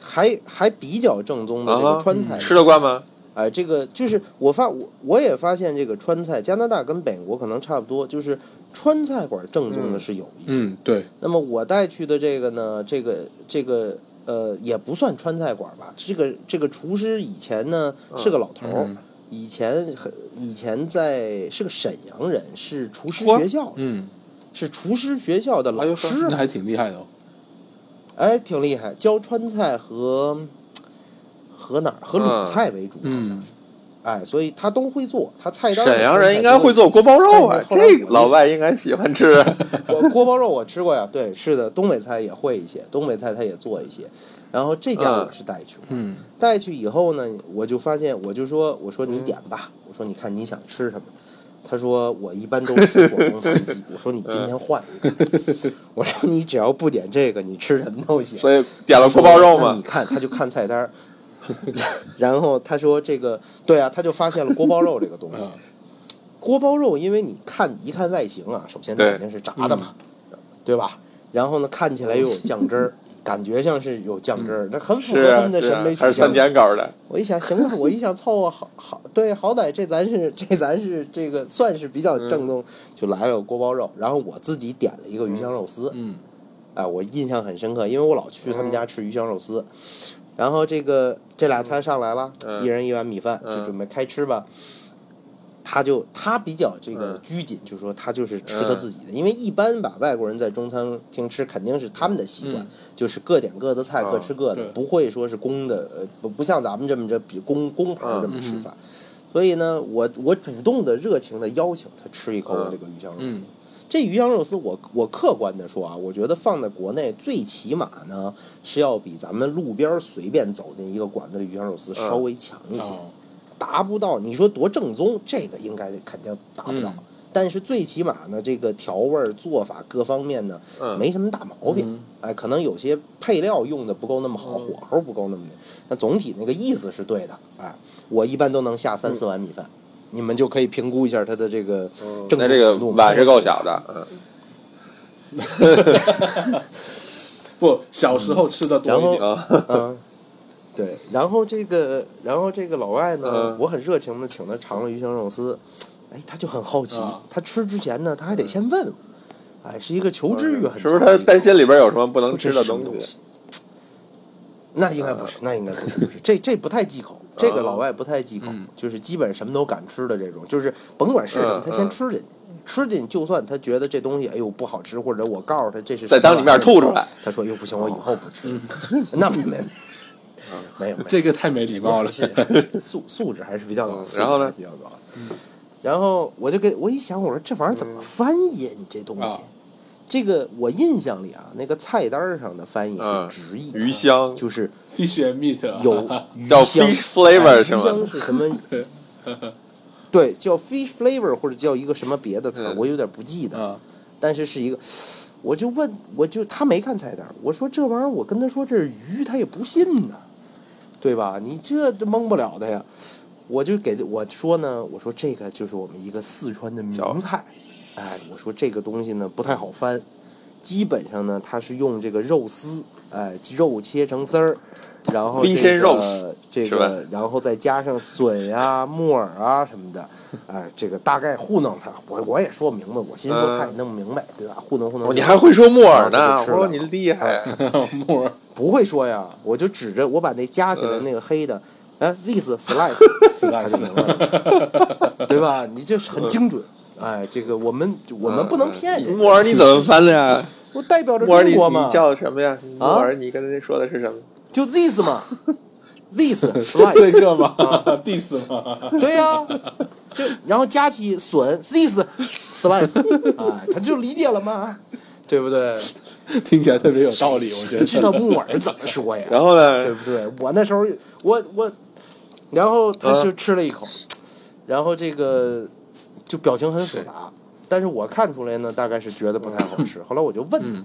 还还比较正宗的这
啊
个川菜，
吃得惯吗？
哎，这个就是我发我我也发现这个川菜，加拿大跟美国可能差不多，就是川菜馆正宗的是有一些。
嗯，对，
那么我带去的这个呢，这个这个呃也不算川菜馆吧，这个这个厨师以前呢是个老头儿。
嗯
以前很以前在是个沈阳人，是厨师
嚯
学校的，
嗯，
是厨师学校的
哎
老
呦呵
师
那还挺厉害的、哦。
哎，挺厉害，教川菜和和哪儿和鲁菜为主，好像
嗯
是。哎，所以他都会做，他菜单。
沈阳人应该会。做锅包肉啊，
但是后来
这个老外应该喜欢 吃。
我锅包肉我吃过呀，对，是的，东北菜也会一些，东北菜他也做一些。然后这家
嗯
我是带去，
嗯
带去以后呢，我就发现，我就说，我
嗯
说你点吧，我说你看你想吃什么。他说我一般都吃火龙飞 机，我
嗯
说你今天换一个，我说你只要不点这个，你吃什么都行。
所以点了锅包肉
那
嘛
你，看，他就看菜单儿， 然后他说这个对啊，他就发现了锅包肉这个东
嗯
西。
啊，
锅包肉，因为你看一看外形啊，首先它
对嗯
肯定是炸的嘛，对吧？然后呢，看起来又有酱汁儿，感觉像是有酱汁儿，这很符
是
合他
啊
嗯们的
是
审
啊
美，
还
取
是
向
三。点搞的。
我一想，行吧，我一想凑合好好对，好歹这咱是 这咱是这个算是比较正宗，就来了个锅包肉，然后我自己点了一个鱼香肉丝，
嗯
啊，我印象很深刻，因为我老去他们家吃鱼香肉丝，然后这个这俩菜上来了，
嗯嗯
一人一碗米饭，
嗯
就准备开吃吧。他就他比较这个
嗯
拘谨，就说他就是吃他
嗯
自己的，因为一般吧，外国人在中餐厅吃肯定是他们的习惯，
嗯
就是各点各的菜，
啊
各吃各
对，
的不会说是公的，呃，不不像咱们这么着比公公盘
嗯
这么吃
嗯
法。所以呢，我我主动的、热情的邀请他吃一口我
嗯
这个鱼香肉丝。
嗯
这鱼香肉丝我，我客观的说啊，我觉得放在国内，最起码呢是要比咱们路边随便走进一个馆子的鱼香肉丝
嗯
稍微强一些，
哦
达不到你说多正宗，这个应该肯定达不到。
嗯
但是最起码呢，这个调味儿、做法各方面呢，
嗯，嗯
没什么大毛病。
嗯
哎，可能有些配料用的不够那么好，火候不够那么那，但总体那个意思是对的。哎，我一般都能下三四碗米饭，你们就可以评估一下它的这个
嗯那
正宗
这个
程度嘛。
碗是够小的，嗯，
不，小时候吃的多一
然后
点。
嗯，对，然后这个，然后这个老外呢，
嗯
我很热情的请他尝了鱼香肉丝，哎，他就很好奇，
嗯
啊
他吃之前呢，他还得先问我，哎，是一个求知欲 很
嗯是不是
强的一个
他
人，
担心里边有什么不能
说
吃
这是
的
什么
东西？嗯
西？那应该不是，那应该不是，不是这这不太忌口，这个老外不太忌口，
嗯
就是基本什么都敢吃的这种，就是甭管是什么
嗯，
他先
嗯
吃进去，吃进去就算他觉得这东西哎呦不好吃，或者我告诉他这是
在
什么
当你面
玩意儿
吐出来，
他说：“哟，不行，我以后不吃。
嗯
那没没没有没有，
这个太没礼貌了
还。是还是素 素质还是比较高
嗯，
素质
然后呢
还是比较高。然后我就给我一想，我说这玩意儿怎
嗯
么翻译啊？你这东西
啊，
这个我印象里啊，那个菜单上的翻译是
嗯
直译
鱼香
就是
必须 meat 啊
有鱼
叫
香
fish flavor
哎
是
鱼
吗
香？是 什么？对，叫 fish flavor 或者叫一个什么别的词儿，
嗯
我有点不记得。
啊，
但是是一个，我就问，我就他没看菜单，我说这玩意儿，我跟他说这是鱼，他也不信呢，对吧？你这这蒙不了的呀。我就给我说呢，我说这个就是我们一个四川的名菜，哎，我说这个东西呢不太好翻，基本上呢它是用这个肉丝，哎，肉切成丝儿，然后
冰
这
鲜肉
个
丝
这
是吧
个，然后再加上笋啊、木耳啊什么的，哎，这个大概糊弄他，我我也说明白，我心说
嗯
他也弄不明白，对吧？糊弄糊
哦，
弄就，
你还会说木耳
然
呢？
后
我
就吃了
说你厉害啊，
木耳
不会说呀？我就指着我把那夹起来
嗯
那个黑的，哎，this slice，他就
slice
明白了，对吧？你这很精准。
嗯
哎，这个我们我们不能骗 人。
木耳你怎么翻的呀？
我代表着
木耳你
中国嘛
嗯你，叫什么呀？木
啊
耳你跟人家说的是什么？
就 this 嘛，this
这
slice，
个吗？diss 吗？
对呀、就然后加起笋 this slice，哎，他就理解了吗？对不对？
听起来特别有道理，我觉
你知道
得。
木耳怎么说呀？
然后
对
呢？
不对？我那时候我我，然后他就吃了一口，然后这个就表情很复杂，但是我看出来呢，大概是觉得不太 好吃。后来我就问他
嗯，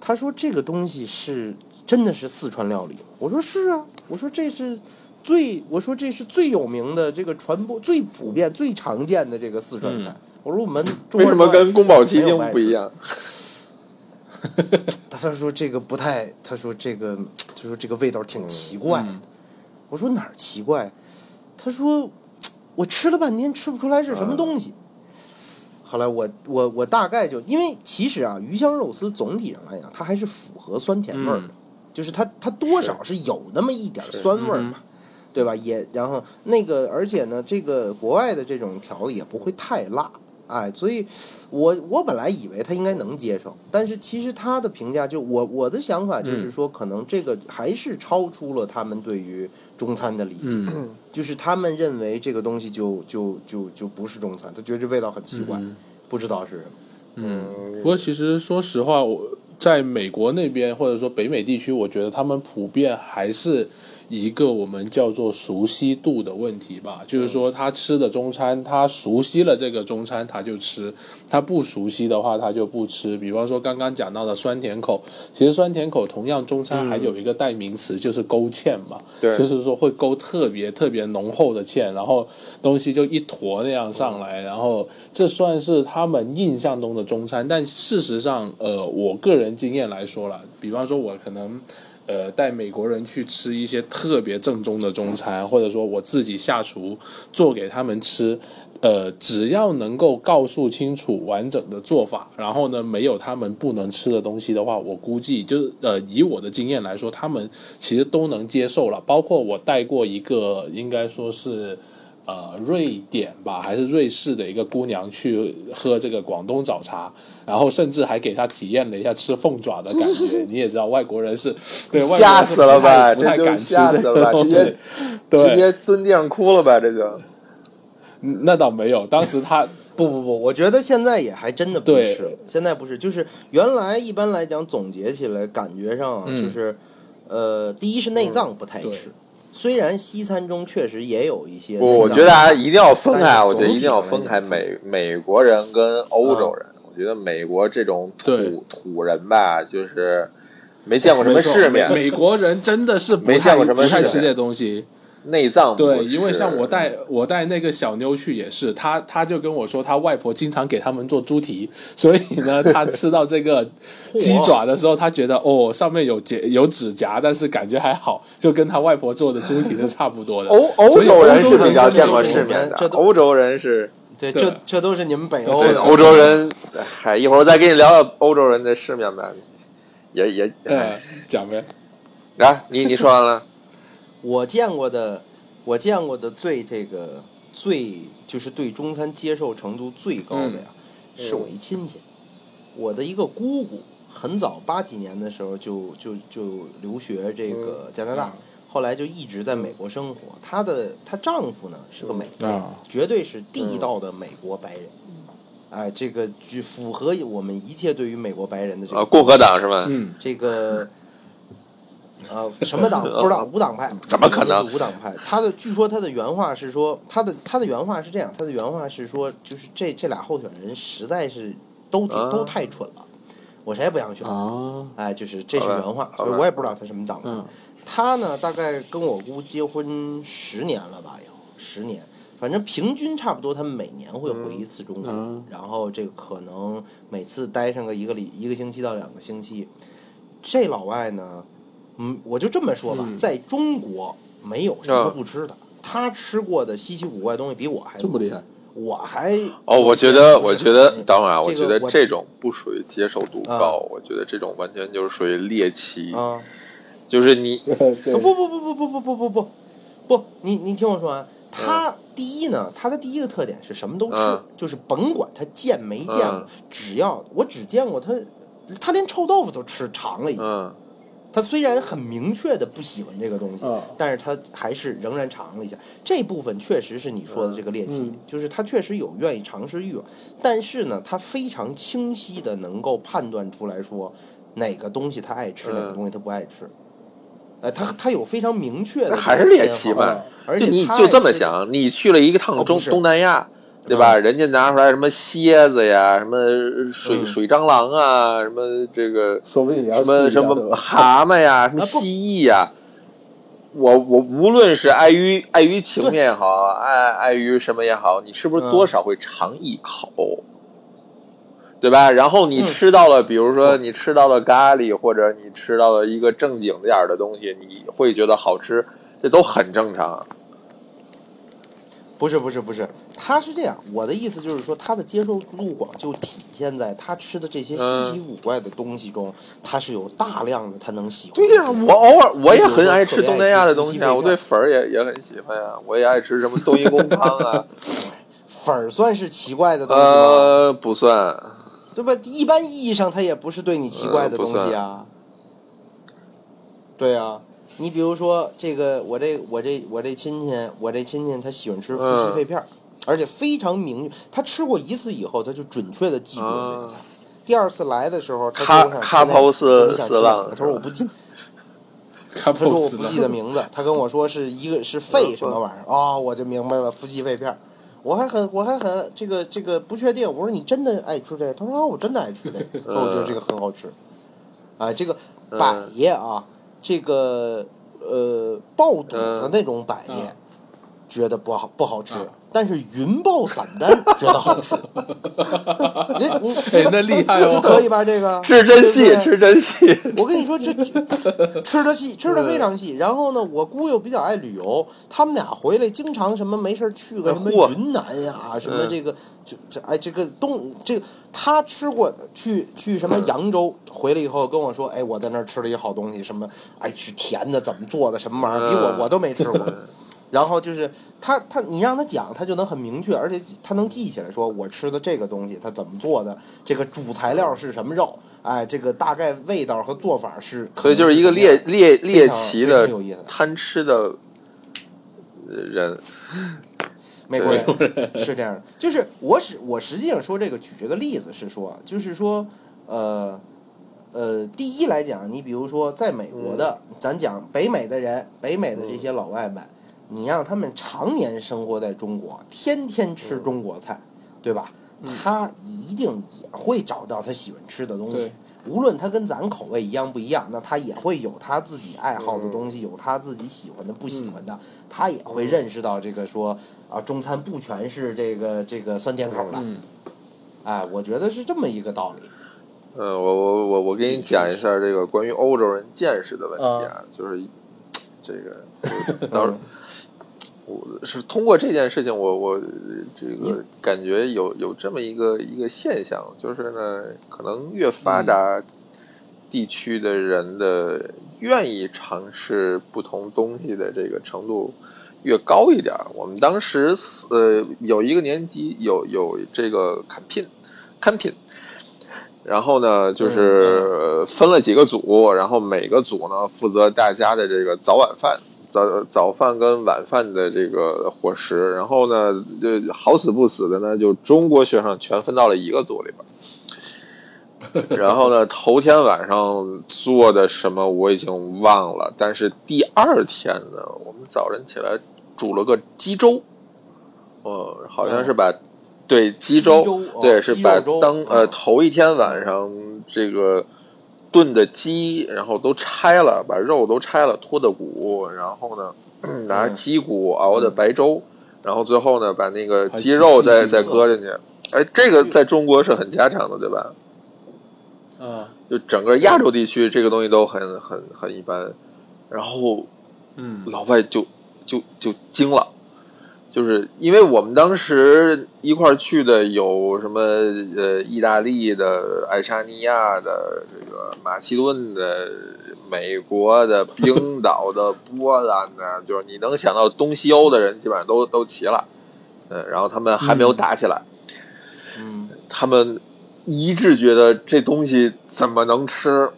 他说这个东西是真的是四川料理吗？我说是啊，我说这是。最我说这是最有名的这个传播最普遍最常见的这个四川菜。我说我们中
嗯为
国
什
人
么
都爱
跟
吃
宫保鸡丁
没有外
不一
吃
样？
他他说这个不太，他说这个，他说这个味道挺奇怪的。我说哪儿奇怪？他说我吃了半天吃不出来是什么东西。后来我我我大概就因为其实啊，鱼香肉丝总体上来讲，它还是符合酸甜味儿的，
嗯
就是它它多少是嗯有那么一点儿酸味儿嘛，对吧？也然后那个而且呢，这个国外的这种调的也不会太辣。哎，所以我我本来以为他应该能接受，但是其实他的评价就我我的想法就是说，可能这个还是超出了他们对于中餐的理解，
嗯
就是他们认为这个东西就就就就不是中餐，他觉得这味道很奇怪，不知道是什么。
嗯，不过其实说实话，我在美国那边或者说北美地区，我觉得他们普遍还是一个我们叫做熟悉度的问题吧。就是说，他吃的中餐，他熟悉了这个中餐，他就吃；他不熟悉的话，他就不吃。比方说刚刚讲到的酸甜口，其实酸甜口同样中餐还有一个代名词就是勾芡嘛，
对
就是说会勾特别特别浓厚的芡，然后东西就一坨那样上来，然后这算是他们印象中的中餐，但事实上，呃，我个人经验来说啦，比方说我可能。呃，带美国人去吃一些特别正宗的中餐，或者说我自己下厨做给他们吃，呃，只要能够告诉清楚完整的做法，然后呢，没有他们不能吃的东西的话，我估计就是呃，以我的经验来说，他们其实都能接受了。包括我带过一个，应该说是。呃，瑞典吧，还是瑞士的一个姑娘去喝这个广东早茶，然后甚至还给她体验了一下吃凤爪的感觉。 你也知道，外国人是对外国人是
吓死了吧？
不
这
太不太
就
敢吃
吓死了吧？
这
直接
对
直接蹲地上哭了吧？这就
嗯那倒没有，当时他
不不不，我觉得现在也还真的不
对
是，现在不是，就是原来一般来讲总结起来，感觉上啊
嗯
就是，呃，第一是内脏不太
对
吃，虽然西餐中确实也有一些内脏，
我我觉得啊，一定要分开
但
啊，
是
我觉得
总
一
体
定要
上来
分
讲
开美美国人跟欧洲人。我觉得美国这种
对
土土人吧，就是哎没见过什么
没错
世面，
美美国人真的是不
没见
太
过什么
不太
世
吃
面
这东西。
内脏不
对，因为
吃
像我带我带那个小妞去也是，她她就跟我说，她外婆经常给他们做猪蹄， 所以 呢，她吃到这个鸡爪的时候，她觉得哦，上面有结有指甲，但是感觉还好，就跟她外婆做的猪蹄是差不多的。
欧欧
所以欧
洲人
洲
是
人
比较
跟
见
美
过
国
世
人
面的，
这都
欧洲人是
对，
对
这这都是你们北欧
对
的
欧洲人。嗨，一会儿再跟你聊聊欧洲人的世面吧。也也，
呃，讲呗，
来，你你说完了，
我见过的，我见过的最这个最就是对中餐接受程度最高的呀，是我一亲戚，我的一个姑姑，很早八几年的时候就就就留学这个加拿大，后来就一直在美国生活。她的她丈夫呢是个美国人，
啊
绝对是地道的美国白人。哎，这个就符合我们一切对于美国白人的这个
呃，共和党是吗？
嗯，
这个呃什么党不知道，无党派，
怎么可能
无党派？他的据说他的原话是说，他的他的原话是这样，他的原话是说，就是这这俩候选人实在是都挺、
啊
都太蠢了，我谁也不想选。
啊，
哎，就是这是
好吧
原话，
好吧
所以我也不知道他什么党派。
嗯
他呢，大概跟我姑结婚十年了吧，有十年，反正平均差不多，他们每年会回一次中国，
嗯
然后这个可能每次待上个一个礼一个星期到两个星期。这老外呢，嗯，我就这么说吧，
嗯
在中国没有什么
啊
不吃的，他吃过的稀奇古怪东西比我还
这
多
么厉害，
我还
哦，我觉得，我觉得，等会儿啊，我
这
觉
个
得
我
这种不属于接受度
啊
高，我觉得这种完全就是属于猎奇，
啊。
就是你
不不不不不不不不不不，你你听我说完。他第一呢，他的第一个特点是什么都吃，
嗯
就是甭管他见没见过，
嗯
只要我只见过他，他连臭豆腐都吃尝了一下。
嗯
他虽然很明确的不喜欢这个东西，
嗯
但是他还是仍然尝了一下。这部分确实是你说的这个猎奇，
嗯
就是他确实有愿意尝试欲望，但是呢，他非常清晰的能够判断出来说哪个东西他爱吃，
嗯
哪个东西他不爱吃。呃，他他有非常明确的
那
这种
还是猎奇
偏好
啊
嘛？
而
就
且
你
他
就这
爱
么
吃的，
想，你去了一个
哦
趟
不
中
是嗯
东南亚，对吧？人家拿出来什么蝎子呀，什么水
嗯
水蟑螂啊，什么这个
说不定也
什么什么蛤蟆呀，什么
啊不
蜥蜴呀。我我无论是碍于碍于情面也好，碍碍于什么也好，你是不是
嗯
多少会尝一口？对吧？然后你
嗯
吃到了，比如说你吃到了咖喱，或者你吃到了一个正经点儿的东西，你会觉得好吃，这都很正常。
不是不是不是，他是这样，我的意思就是说，他的接受度广就体现在他吃的这些稀奇古怪的东西中，他是有大量的他能喜欢。
对呀、我偶尔我也
比如
很
说
爱
特
吃
别
东
爱
南
吃
亚的
夫
东西
妻
啊，
肺
我
片
对粉儿也也很喜欢啊，我也爱吃什么冬阴功汤 啊，
粉儿算是奇怪的东西吗？
呃，不算，
对吧？一般意义上，它也不是对你奇怪的东
呃不
西啊。对啊，你比如说这个，我这我这我这亲戚，我这亲戚他喜欢
嗯
吃夫妻肺片儿，而且非常明确，他吃过一次以后，他就准确的
啊
记住了这个菜。第二次来的时候，他
咔咔
说我想吃那
抛
个
四
我想吃
四
那个
浪
他说我不记，
他
他说我
pose
不
了
记得名字，他跟我说是一个是肺什么玩意儿啊、我就明白了，夫妻肺片儿。我还很我还很这个这个不确定，我说你真的爱吃这个？他说啊，我真的爱吃这个，说我觉得这个很好吃。啊，这个
嗯
百叶啊，这个呃爆肚的那种百叶，觉得不好不好吃
嗯，
但是云爆散丹觉得好吃。 你你
哎那厉害哦
就可以吧？这个
吃真细
对，不对
吃真细。
我跟你说，这这吃的细，吃的非常细。然后呢，我姑又比较爱旅游，他们俩回来经常什么没事儿去个什么
呃嚯
云南呀，什么
嗯
这个这这哎这个东这个他吃过去去什么扬州回来以后跟我说，哎，我在那儿吃了一好东西，什么哎是甜的，怎么做的，什么玩意儿，比
嗯
我我都没吃过。 然后就是他他你让他讲，他就能很明确，而且他能记起来，说我吃的这个东西它怎么做的，这个主材料是什么肉，哎，这个大概味道和做法是，
所以就是一个
可能
猎
是什么样
猎猎
非常
奇
非
的
常有意思
贪吃的人，
美国人是这样的，就是我实我实际上说这个举这个例子是说，就是说呃呃，第一来讲，你比如说在美国的，咱讲北美的人，北美的这些老外们，你让他们常年生活在中国，天天吃中国菜，对吧？他一定也会找到他喜欢吃的东西
对，
无论他跟咱口味一样不一样，那他也会有他自己爱好的东西，有他自己喜欢的、不喜欢的，他也会认识到这个说啊，中餐不全是这个这个酸甜口的，
嗯，
哎，我觉得是这么一个道理。
嗯，我我我我给你讲一下这个关于欧洲人见识的问题啊，就是这 个到时候我是通过这件事情，我我这个感觉有有这么一个一个现象，就是呢，可能越发达地区的人的愿意尝试不同东西的这个程度越高一点儿。我们当时呃有一个年级有有这个 camping camping。然后呢，就是呃分了几个组，然后每个组呢负责大家的这个早晚饭，早早饭跟晚饭的这个伙食，然后呢，就好死不死的呢，就中国学生全分到了一个组里边儿。然后呢，头天晚上做的什么我已经忘了，但是第二天呢，我们早晨起来煮了个鸡粥，呃，好像是把、对鸡粥，
鸡粥哦
对是
鸡
把
肉粥
当呃
嗯
头一天晚上这个炖的鸡，然后都拆了，把肉都拆了，脱的骨，然后呢、嗯 拿鸡骨熬的白粥，
嗯
然后最后呢把那个
还
鸡肉
鸡
再
心
再
是吧
搁进去。哎，这个在中国是很家常的，对吧？
啊，
就整个亚洲地区这个东西都很很很一般，然后
嗯，
老外就就就惊了，就是因为我们当时一块儿去的有什么呃意大利的、爱沙尼亚的、这个马其顿的、美国的、冰岛的、波兰的，就是你能想到东西欧的人基本上都都齐了，嗯，然后他们还没有打起来，
嗯，
他们一致觉得这东西怎么能吃？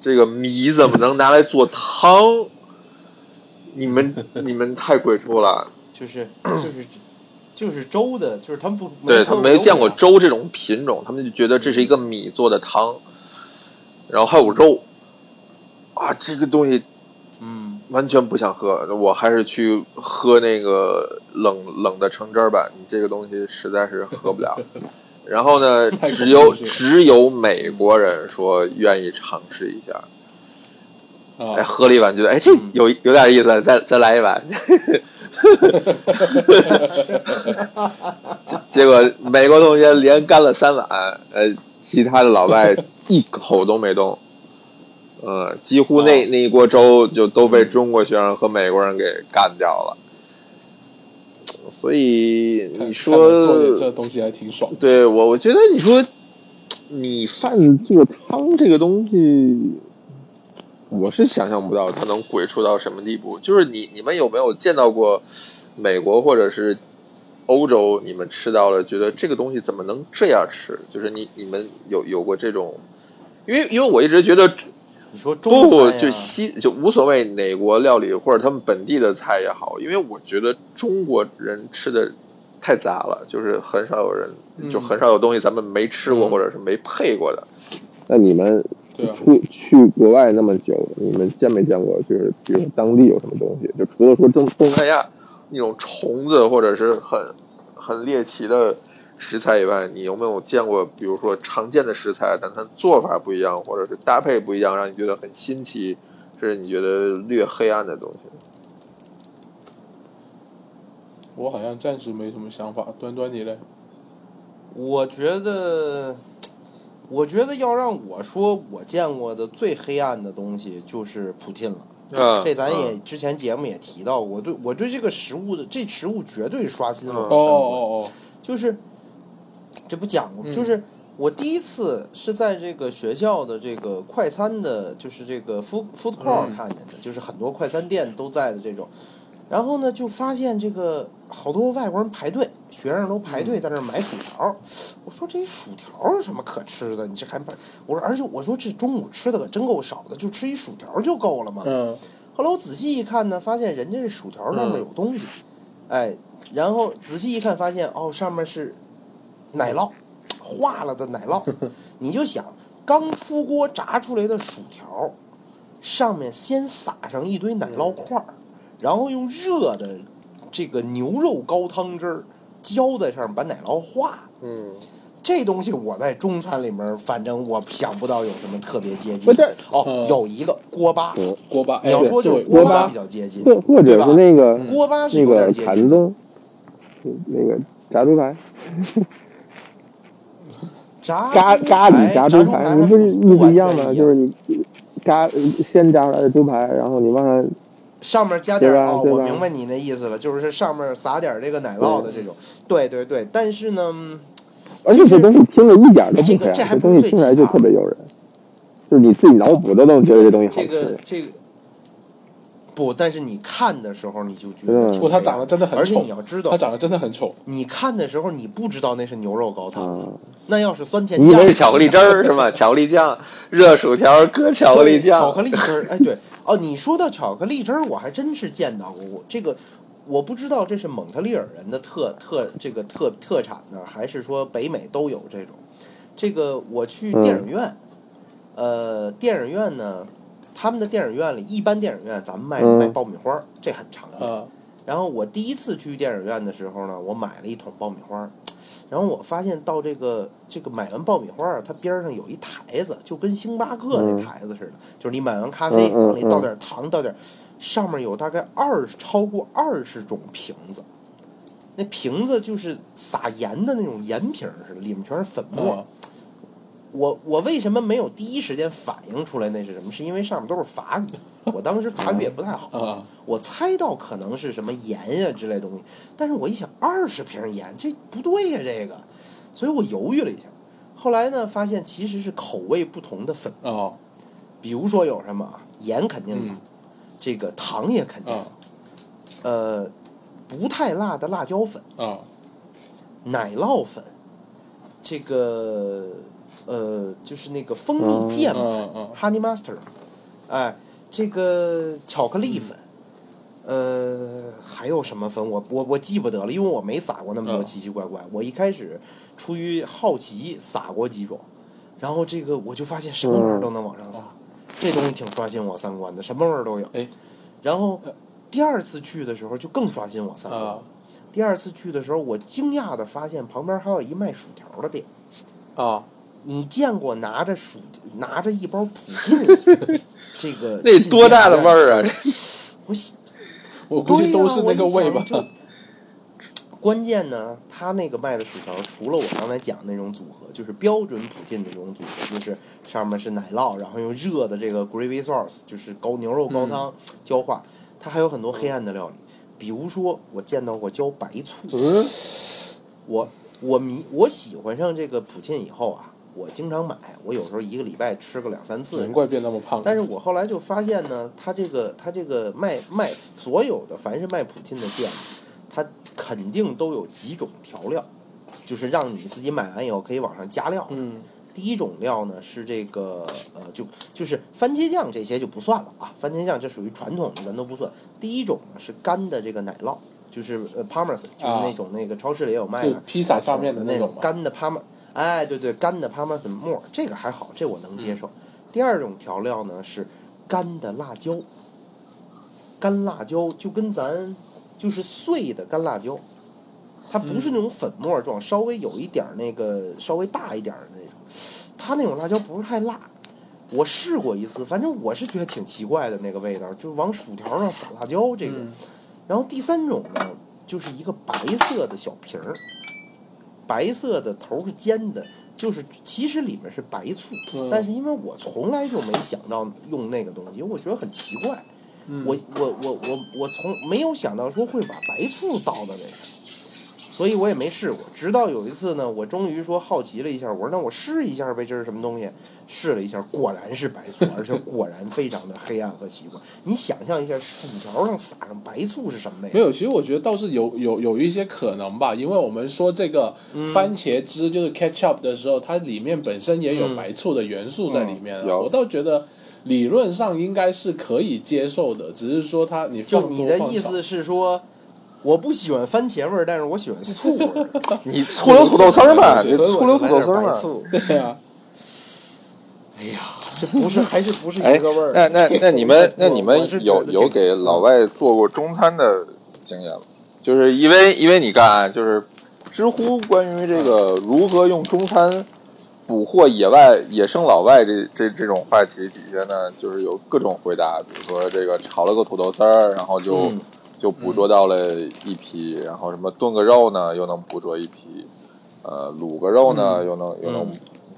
这个米怎么能拿来做汤？你们你们太鬼畜了！
就是就是就是粥的，就是他们不
对他们没见过
粥
粥这种品种，他们就觉得这是一个米做的汤，然后还有肉，啊，这个东西
啊，嗯，
完全不想喝，我还是去喝那个冷冷的橙汁儿吧。你这个东西实在是喝不 了。然后呢，
太
只有
恐怖了
只有美国人说愿意尝试一下，哎，
啊，
喝了一碗觉得哎这
嗯
有有点意思，再再来一碗。 结结果美国同学连干了三碗，呃，其他的老外一口都没动。嗯，几乎那
啊
那一锅粥就都被中国学生和美国人给干掉了。所以你
看来做点
说，
这东西还挺爽的。
对我我觉得你说米饭做汤这个东西，我是想象不到它能鬼畜到什么地步。就是你你们有没有见到过美国或者是欧洲，你们吃到了觉得这个东西怎么能这样吃？就是你你们有有过这种？因为因为我一直觉得
你说中
不
餐
不，
呀
就西就无所谓哪国料理或者他们本地的菜也好，因为我觉得中国人吃的太杂了，就是很少有人、
嗯
就很少有东西咱们没吃过
嗯
或者是没配过的。
那你们
对
嗯
啊，
出去国外那么久，你们见没见过？就是比如当地有什么东西？就除了说中东
东南亚那种虫子或者是很很猎奇的食材以外，你有没有见过，比如说常见的食材，但它做法不一样，或者是搭配不一样，让你觉得很新奇，是你觉得略黑暗的东西？
我好像暂时没什么想法。端端你嘞？
我觉得，我觉得要让我说我见过的最黑暗的东西就是普tin 了。
啊，
这咱也
嗯
之前节目也提到过，我对我对这个食物的这食物绝对刷新了我的
嗯
哦
啊三观
哦
就是这不讲过吗，
嗯
就是我第一次是在这个学校的这个快餐的，就是这个 food food court
嗯
看见的，就是很多快餐店都在的这种。然后呢，就发现这个好多外国人排队，学生都
嗯
排队在那儿买薯条。我说这薯条有什么可吃的？你这还买？我说，而且我说这中午吃的可真够少的，就吃一薯条就够了嘛。
哦，
后来我仔细一看呢，发现人家这薯条上面有东西，哎，然后仔细一看发现哦，上面是奶酪，化了的奶酪。你就想刚出锅炸出来的薯条，上面先撒上一堆奶酪块儿，然后用热的这个牛肉高汤汁儿浇在上面，把奶酪化了。
嗯。
这东西我在中餐里面，反正我想不到有什么特别接近
不是
的。哦
嗯，
有一个锅巴，
嗯
嗯，锅巴。
你要
哎
说就是
对锅
巴
巴
比，较接近，
或或者
对吧
是那个
嗯
锅巴是
那
有点
个
接
禅
近。
宗，那个炸猪
哦
排，
炸
咖咖喱
哎炸
炸
猪
猪
排
排，
还
你不是意思一样
不完全
吗？
一样
就是你咖先炸出来的猪排，然后你往上
上面加点儿
对吧
哦，
对
我
吧
明白你那意思了，就是上面撒点儿这个奶酪的这种，对对对。但是呢，嗯
而且这东西听着一点都不黑暗，啊
这个这还
这
不是
东西听起来就特别诱人，就是你自己脑补都能觉得这东西好
这
吃。
个呃这个不，但是你看的时候你就觉得
嗯
挺
不，它
黑暗
长得真的很
而且
丑
你，要知道
它，长得真的很丑。
你看的时候你不知道那是牛肉高汤，
啊，
那要是酸甜
你以
酱
为
是巧克力汁儿是吗？巧克力酱，热薯条搁巧克力
对，
酱，
巧克力汁儿，哎，对，哦，你说到巧克力汁儿，我还真是见到过。我这个我不知道这是蒙特利尔人的特特这个特特产呢，还是说北美都有这种。这个我去
嗯
电影院，
嗯
呃，电影院呢，他们的电影院里，一般电影院咱们卖、
嗯
卖爆米花儿，这很常见。
啊，
然后我第一次去电影院的时候呢，我买了一桶爆米花儿，然后我发现到这个这个买完爆米花儿啊，它边儿上有一台子，就跟星巴克那
嗯
台子似的，就是你买完咖啡
嗯嗯
往里倒
嗯
点儿糖，倒点儿，上面有大概二十超过二十种瓶子，那瓶子就是撒盐的那种盐瓶儿似的，里面全是粉末。
嗯
啊
我我为什么没有第一时间反应出来那是什么？是因为上面都是法语，我当时法语也不太好。
啊，
我猜到可能是什么盐呀、之类的东西，但是我一想二十瓶盐，这不对呀、这个，所以我犹豫了一下。后来呢，发现其实是口味不同的粉，
哦，
比如说有什么啊，盐肯定有，
嗯，
这个糖也肯定有，
啊
呃，不太辣的辣椒粉、
啊，
奶酪粉，这个呃，就是那个蜂蜜芥末粉、
嗯嗯
honey mustard，哎，这个巧克力粉，
嗯
呃，还有什么粉？我我我记不得了，因为我没撒过那么多
嗯
奇奇怪怪。我一开始出于好奇撒过几种，然后这个我就发现什么味
嗯
儿都能往上撒，这东西挺刷新我三观的，什么味儿都有。
哦哎
然后第二次去的时候就更刷新我三观了。
啊
第二次去的时候，我惊讶的发现旁边还有一卖薯条的店。
啊，
你见过拿着薯拿着一包普信 这个
那多大的味儿啊！
我想
我估计都是那个味吧。
对呀我一想就关键呢，他那个卖的薯条，除了我刚才讲的那种组合，就是标准普信的这种组合，就是上面是奶酪，然后用热的这个 gravy sauce，就是高牛肉高
嗯
汤浇化，它还有很多黑暗的料理，比如说我见到过浇白醋，
嗯，
我我迷我喜欢上这个普信以后啊，我经常买，我有时候一个礼拜吃个两三次，
难怪变那么胖。
但是我后来就发现呢，他这个他这个卖卖所有的凡是卖普沁的店，他肯定都有几种调料，就是让你自己买完以后可以往上加料。
嗯，
第一种料呢是这个呃，就就是番茄酱这些就不算了啊，番茄酱这属于传统的，咱都不算。第一种呢是干的这个奶酪，就是呃 parmesan，就是那种那个超市里也有卖
就
的，
啊披萨上面的
那
那种嘛。
干的帕玛，哎，对对，干的帕玛森末，这个还好，这我能接受。第二种调料呢是干的辣椒，干辣椒就跟咱就是碎的干辣椒，它不是那种粉末状，稍微有一点儿那个稍微大一点儿的那种，它那种辣椒不是太辣。我试过一次，反正我是觉得挺奇怪的那个味道，就是往薯条上撒辣椒这个。
嗯
然后第三种呢，就是一个白色的小瓶儿，白色的头是尖的，就是其实里面是白醋，
嗯
但是因为我从来就没想到用那个东西，因为我觉得很奇怪，
嗯
我我我我我从没有想到说会把白醋倒到那上，所以我也没试过。直到有一次呢，我终于说好奇了一下，我说那我试一下呗，这是什么东西？试了一下，果然是白醋，而且果然非常的黑暗和奇怪。你想象一下，薯条上撒上白醋是什么味
没
道？
有，其实我觉得倒是有有有一些可能吧，因为我们说这个
嗯
番茄汁就是 ketchup 的时候，它里面本身也
嗯
有白醋的元素在里面啊、
嗯有
我倒觉得理论上应该是可以接受的，只是说它你放
就
多
你的
放
意
少
思是说，我不喜欢番茄味儿，但是我喜欢醋 味儿，
你醋溜土豆丝儿嘛，
对
你
所以我
醋溜
就
土
买
豆
点
丝儿
白
嘛。
醋。
对啊，
哎呀， 这不是还是不是
哎
一个味儿？
那 那那你们那
我
你
我是嗯
们
觉
有
得
有
这个
给老外做过中餐的经验吗？就是因为因为你看啊，就是知乎关于这个如何用中餐捕获野外野生老外这这这种话题底下呢，就是有各种回答，比如说这个炒了个土豆丝儿，然后就、
嗯
就捕捉到了一批，然后什么炖个肉呢，又能捕捉一批，呃，卤个肉呢，又能又能
嗯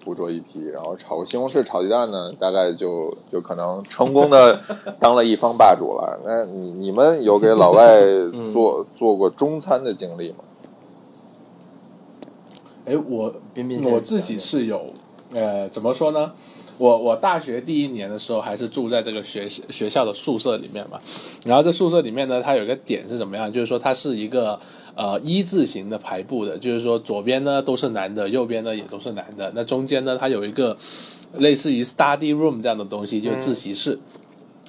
捕捉一批，然后炒个西红柿、炒鸡蛋呢，大概就就可能成功 的当了一方霸主了。那你你们有给老外
嗯
做做过中餐的经历吗？
哎，我
彬彬先生
我自己是有，呃，怎么说呢？我我大学第一年的时候还是住在这个学学校的宿舍里面嘛，然后这宿舍里面呢，它有一个点是怎么样？就是说它是一个呃一字形的排布的，就是说左边呢都是男的，右边呢也都是男的，那中间呢它有一个类似于 study room 这样的东西，就是自习室。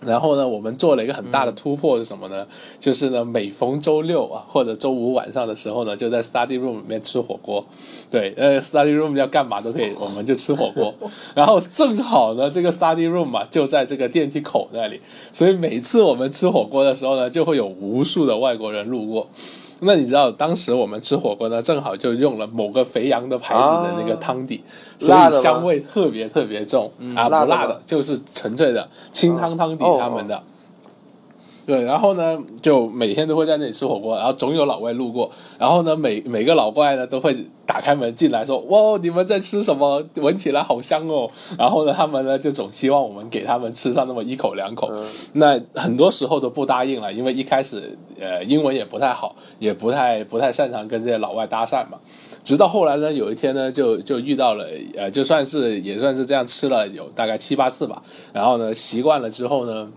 然后呢，我们做了一个很大
嗯
的突破是什么呢？就是呢，每逢周六啊或者周五晚上的时候呢，就在 study room 里面吃火锅。对，呃，study room 要干嘛都可以，我们就吃 火锅。然后正好呢，这个 study room 嘛、就在这个电梯口那里，所以每次我们吃火锅的时候呢，就会有无数的外国人路过。那你知道当时我们吃火锅呢，正好就用了某个肥羊的牌子的那个汤底，所
嗯辣的
以
吗嗯
香味特别特别重、啊，
辣的
不辣
吗
的，就是纯粹的清汤汤底
哦
他们的。对，然后呢，就每天都会在那里吃火锅，然后总有老外路过，然后呢，每每个老怪呢都会打开门进来说：“哇，你们在吃什么？闻起来好 香哦。”然后呢，他们呢就总希望我们给他们吃上那么一口两口，
嗯
那很多时候都不答应了，因为一开始呃英文也不太好，也不太不太擅长跟这些老外搭讪嘛。直到后来呢，有一天呢，就就遇到了，呃，就算是也算是这样吃了有大概七八次吧。然后呢，习惯了之后呢，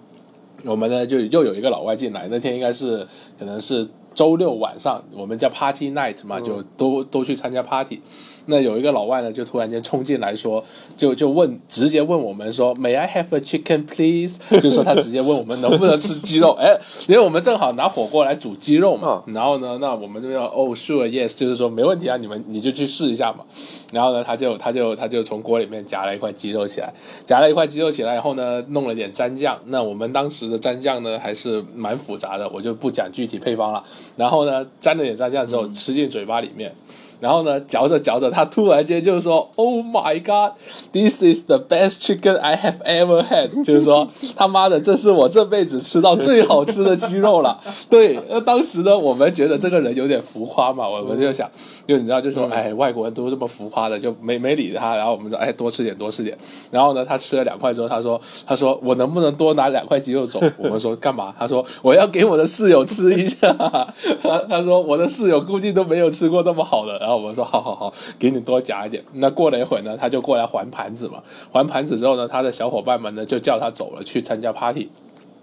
我们呢就又有一个老外进来，那天应该是可能是周六晚上，我们叫 party night 嘛，就都都去参加 party。那有一个老外呢，就突然间冲进来说，就就问直接问我们说，May I have a chicken please？就说他直接问我们能不能吃鸡肉，哎，因为我们正好拿火锅来煮鸡肉嘛，然后呢，那我们就要哦 sure yes，就是说没问题啊，你们你就去试一下嘛。然后呢，他就他就他就从锅里面夹了一块鸡肉起来，夹了一块鸡肉起来，然后呢，弄了点蘸酱。那我们当时的蘸酱呢，还是蛮复杂的，我就不讲具体配方了。然后呢，蘸了点蘸酱之后，吃进嘴巴里面，然后呢，嚼着嚼着，他突然间就说：“Oh my god, this is the best chicken I have ever had。”就是说，他妈的，这是我这辈子吃到最好吃的鸡肉了。对，那当时呢，我们觉得这个人有点浮夸嘛，我们就想，就你知道，就说，哎，外国人都这么浮夸的，就没没理他。然后我们说，哎，多吃点，多吃点。然后呢，他吃了两块之后，他说，他说我能不能多拿两块鸡肉走？ 我们说干嘛？他说我要给我的室友吃一下。 他他说我的室友估计都没有吃过那么好的。然后我们说好好好，给你多夹一点。那过了一会儿呢，他就过来还盘子嘛。还盘子之后呢，他的小伙伴们呢就叫他走了，去参加 party。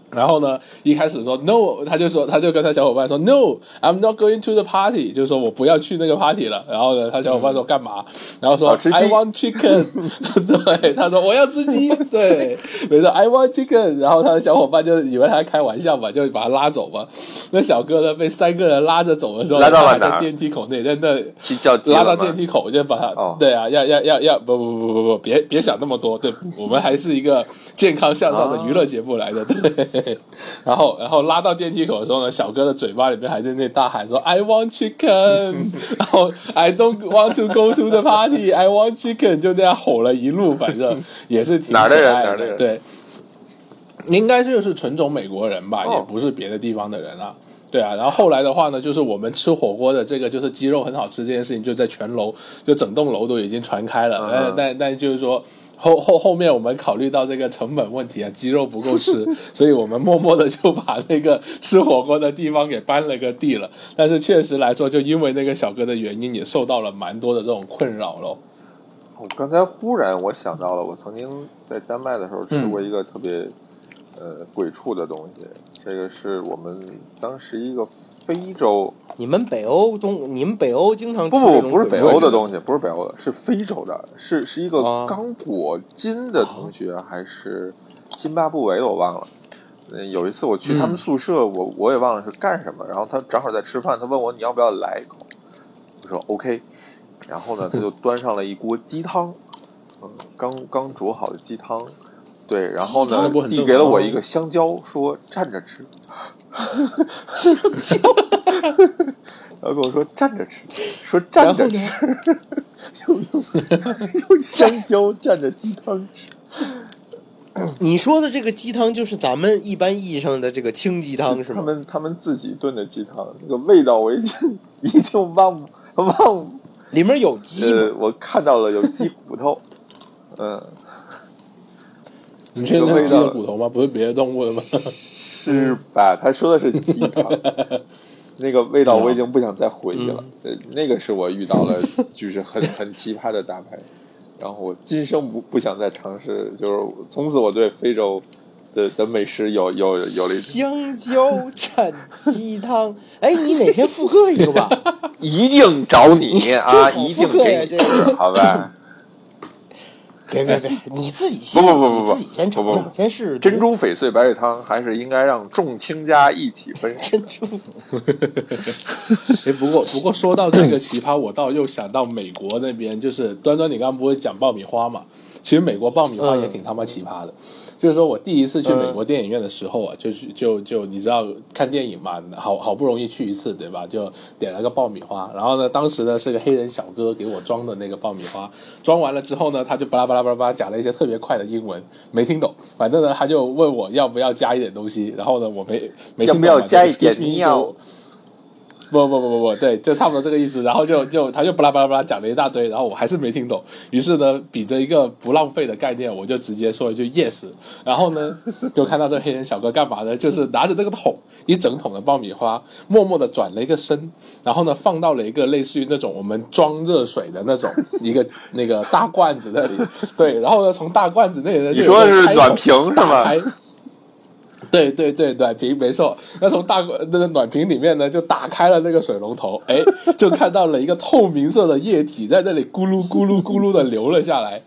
然后呢，一开始说 no，他就说，他就跟他小伙伴说 no，I'm not going to the party，就是说我不要去那个 party 了。然后呢，他小伙伴说干嘛？然后说
哦吃鸡
I want chicken，对，他说我要吃鸡，对，没错，I want chicken。然后他的小伙伴就以为他在开玩笑嘛，就把他拉走嘛。那小哥呢，被三个人拉着走的时候，
拉到了
他还
哪
在
儿
电梯口内，在那里
去叫鸡
拉
了吗
到电梯口就把他，
哦
对啊，要要要要，不不不不不，别别想那么多，对我们还是一个健康向上的娱乐节目来的， 对。然后然后拉到电梯口的时候呢，小哥的嘴巴里面还在那大喊说 “I want chicken”，然 后 “I don't want to go to the party, I want chicken”，就那样吼了一路，反正也是挺
哪儿的人
可爱
哪儿的人
对。应该就是纯种美国人吧，
哦
也不是别的地方的人啊。对啊，然后后来的话呢，就是我们吃火锅的这个就是鸡肉很好吃这件事情，就在全楼就整栋楼都已经传开了。但但但就是说。后后后面我们考虑到这个成本问题啊，鸡肉不够吃，所以我们默默的就把那个吃火锅的地方给搬了个地了。但是确实来说，就因为那个小哥的原因，也受到了蛮多的这种困扰咯。
我刚才忽然我想到了，我曾经在丹麦的时候吃
嗯
过一个特别、呃鬼畜的东西，这个是我们当时一个非洲
你们北欧中，你们北欧经常吃
不
这
不
种
不不是
鬼
北
味
欧的
吗
东西，不是北欧的，是非洲的，是是一个
啊
刚果金的同学、还是津巴布韦的，我忘了。呃有一次我去他们
嗯
宿舍，我我也忘了是干什么，然后他正好在吃饭，他问我你要不要来一口，我说 OK，然后呢他就端上了一锅鸡汤，嗯，刚刚煮好的鸡汤，对，然后
鸡汤
呢
不很
递
正
给了
常
我
吗
一个香蕉，说蘸着 吃，然后跟我说蘸着吃，说蘸着吃， 用用用香蕉蘸着鸡 汤吃。
你说的这个鸡汤就是咱们一般意义上的这个清鸡汤是
他
吗？
们他们自己炖的鸡汤，那个味道我已经已经忘忘
里面有鸡吗？
呃，我看到了有鸡骨头，嗯，
你确定
有味
是鸡
道
的
了
骨头吗？不是别的动物的吗？
是吧？他说的是鸡 汤，那个味道我已经不想再回忆了。呃，
嗯
那个是我遇到了就是很很奇葩的大排，然后我今生不不想再尝试，就是从此我对非洲的的美食有有有了一
香蕉蘸鸡汤，哎，你哪天复刻一个吧？
一定找你啊，
这好
一定
复刻呀
给你
这
吃，好 吧？
别别别，你自己先，
呃不不不不不
你自己先尝
不不
尝，
不
先试试
珍珠翡翠白玉汤还是应该让众卿家一起 分享。
珍珠。
哎，不过不过说到这个奇葩，我倒又想到美国那边，就是端端，你刚刚不是讲爆米花嘛？其实美国爆米花
嗯
也挺他妈奇葩的。就是说我第一次去美国电影院的时候啊，就去就就你知道看电影嘛，好好不容易去一次，对吧？就点了个爆米花，然后呢，当时呢是个黑人小哥给我装的那个爆米花，装完了之后呢，他就巴拉巴拉巴拉巴拉讲了一些特别快的英文，没听懂。反正呢，他就问我要不要加一点东西，然后呢，我没没听
要
懂
不要
嘛
加一
就 excuse
点
me，就
尿
不不不不不，对，就差不多这个意思。然后就就他就巴拉巴拉巴拉讲了一大堆，然后我还是没听懂。于是呢，秉着一个不浪费的概念，我就直接说一句 yes。然后呢， 就看到这黑人小哥干嘛呢？就是拿着那个桶一整桶的爆米花，默默的转了一个身，然后呢放到了一个类似于那种我们装热水的那种一个 那个大罐子那里。对，然后呢从大罐子那里呢，
你
就有
说的
一个
是
开
暖
口
瓶是
打
吗？
开。 对对对，暖瓶没错。那从大那个暖瓶里面呢，就打开了那个水龙头，哎，就看到了一个透明色的液体在那里咕噜咕噜咕噜的流了下来。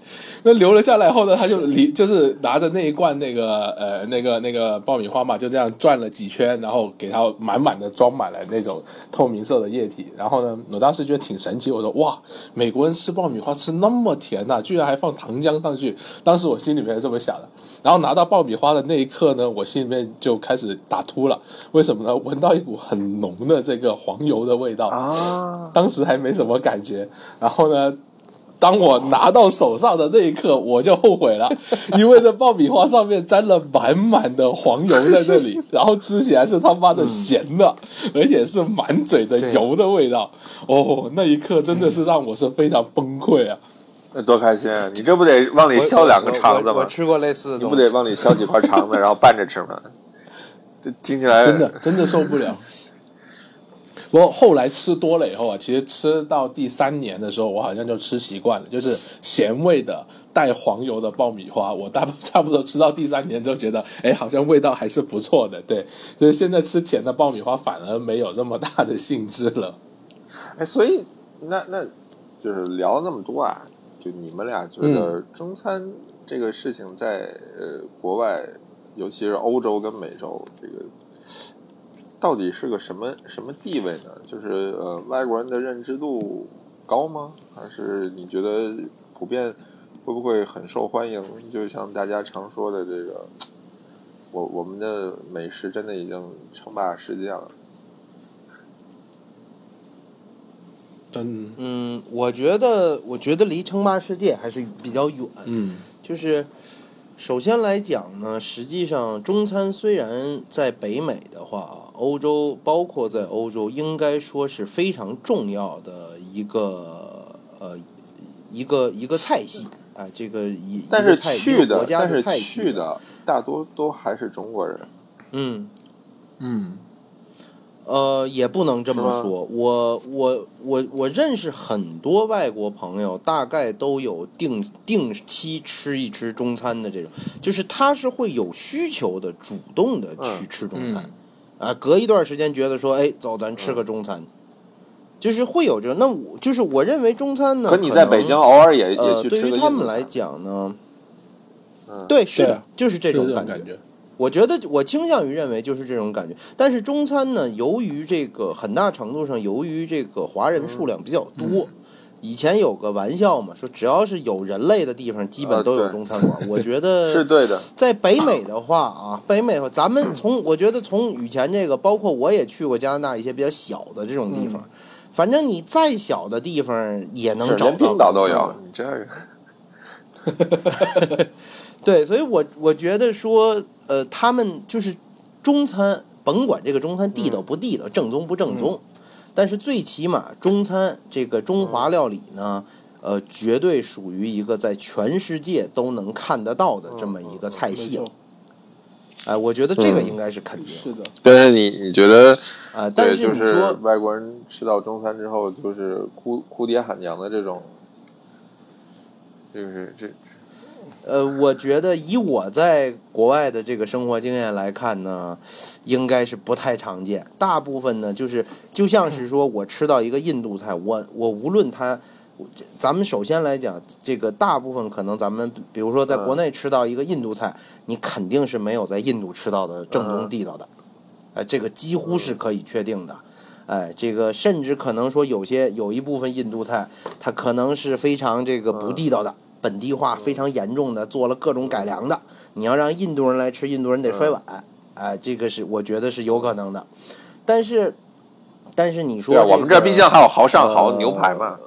那流了下来后呢，他就离就是拿着那一罐那个呃那个那个爆米花嘛，就这样转了几圈，然后给它满满的装满了那种透明色的液体。然后呢，我当时觉得挺神奇，我说哇，美国人吃爆米花吃那么甜呐、居然还放糖浆上去。当时我心里面是这么想的。然后拿到爆米花的那一刻呢，我心里面面就开始打秃了。为什么呢？闻到一股很浓的这个黄油的味道，
啊，
当时还没什么感觉。然后呢，当我拿到手上的那一刻，我就后悔了，因为那爆米花上面沾了满满的黄油在那里，然后吃起来是他妈的咸的，而且是满嘴的
对
油的味道。哦，那一刻真的是让我是非常崩溃啊！
那多开心！啊！你这不得往里削两个肠子
我我我
吗？
吃过类似的
你
东
不
西，
得往里削几块肠子，然后拌着吃吗？这听起
哎
来
真的真的受不了。不过后来吃多了以后啊，其实吃到第三年的时候，我好像就吃习惯了，就是咸味的带黄油的爆米花，我大差不多吃到第三年就觉得，哎，好像味道还是不错的，对。所以现在吃甜的爆米花反而没有这么大的兴致了。
哎，所以那那就是聊那么多啊，就你们俩觉得中餐这个事情在呃国外，尤其是欧洲跟美洲，这个到底是个什么什么地位呢？就是呃外国人的认知度高吗？还是你觉得普遍会不会很受欢迎？就像大家常说的这个。我我们的美食真的已经称霸世界了，
嗯
嗯，我觉得，我觉得离称霸世界还是比较远。
嗯
就是首先来讲呢，实际上中餐虽然在北美的话啊，欧洲包括在欧洲，应该说是非常重要的一个呃一个一个菜系啊，这个一
但
一个
是
菜
去
一个
的
国，家
但是
的菜系
去的大多都还是中国人。
嗯。
嗯
呃，也不能这
是
么
吗
说。我我我我认识很多外国朋友，大概都有定定期吃一吃中餐的这种，就是他是会有需求的，主动的去
嗯
吃中餐。
嗯
啊，隔一段时间觉得说，哎，走，咱吃
嗯
个中餐，就是会有这种。那我就是我认为中餐呢，
可你在北
能
京偶尔也也
呃，
去
对
吃
于
个
他
印
们
度
来
菜，
讲呢，
嗯，
对，是
对
的
啊，
就是这
这
种
种
感觉
感。觉，
我觉得我倾向于认为就是这种感觉，但是中餐呢，由于这个很大程度上由于这个华人数量比较多，
嗯
以前有个玩笑嘛，说只要是有人类的地方，基本
呃
都有
对
中餐馆。我觉 得
是对的，
在北美的话啊，北美的话，咱们从我觉得从以前这个，包括我也去过加拿大一些比较小的这种地方，反正你再小的地方也
嗯
能
是
找到
连冰岛都
中餐馆
有。你这是
对，所以我我觉得说，呃，他们就是中餐，甭管这个中餐地
嗯
道不地道，正宗不正宗，但是最起码中餐这个中华
嗯
料理呢，呃，绝对属于一个在全世界都能看得到的这么一个
嗯
菜
没
系了。
错，
哎、我觉得这个
嗯
应该是肯定
是的，
但是你你觉得，
啊、但
对，
是
就
你
是
说，
外国人吃到中餐之后，就是哭哭爹喊娘的这种，就是这
呃，我觉得以我在国外的这个生活经验来看呢，应该是不太常见。大部分呢，就是就像是说我吃到一个印度菜，我我无论它，我这咱们首先来讲，这个大部分可能咱们比如说在国内吃到一个印度菜，你肯定是没有在印度吃到的正宗
嗯
地道的，哎，这个几乎是可以确定的。哎，这个甚至可能说有些有一部分印度菜，它可能是非常这个不地道的，本地化非常严重的，做了各种改良的。你要让印度人来吃，印度人得摔碗，哎，这个是我觉得是有可能的。但是，但是你说
对啊，我们这儿
这个
毕竟还有豪上
呃
豪牛排嘛，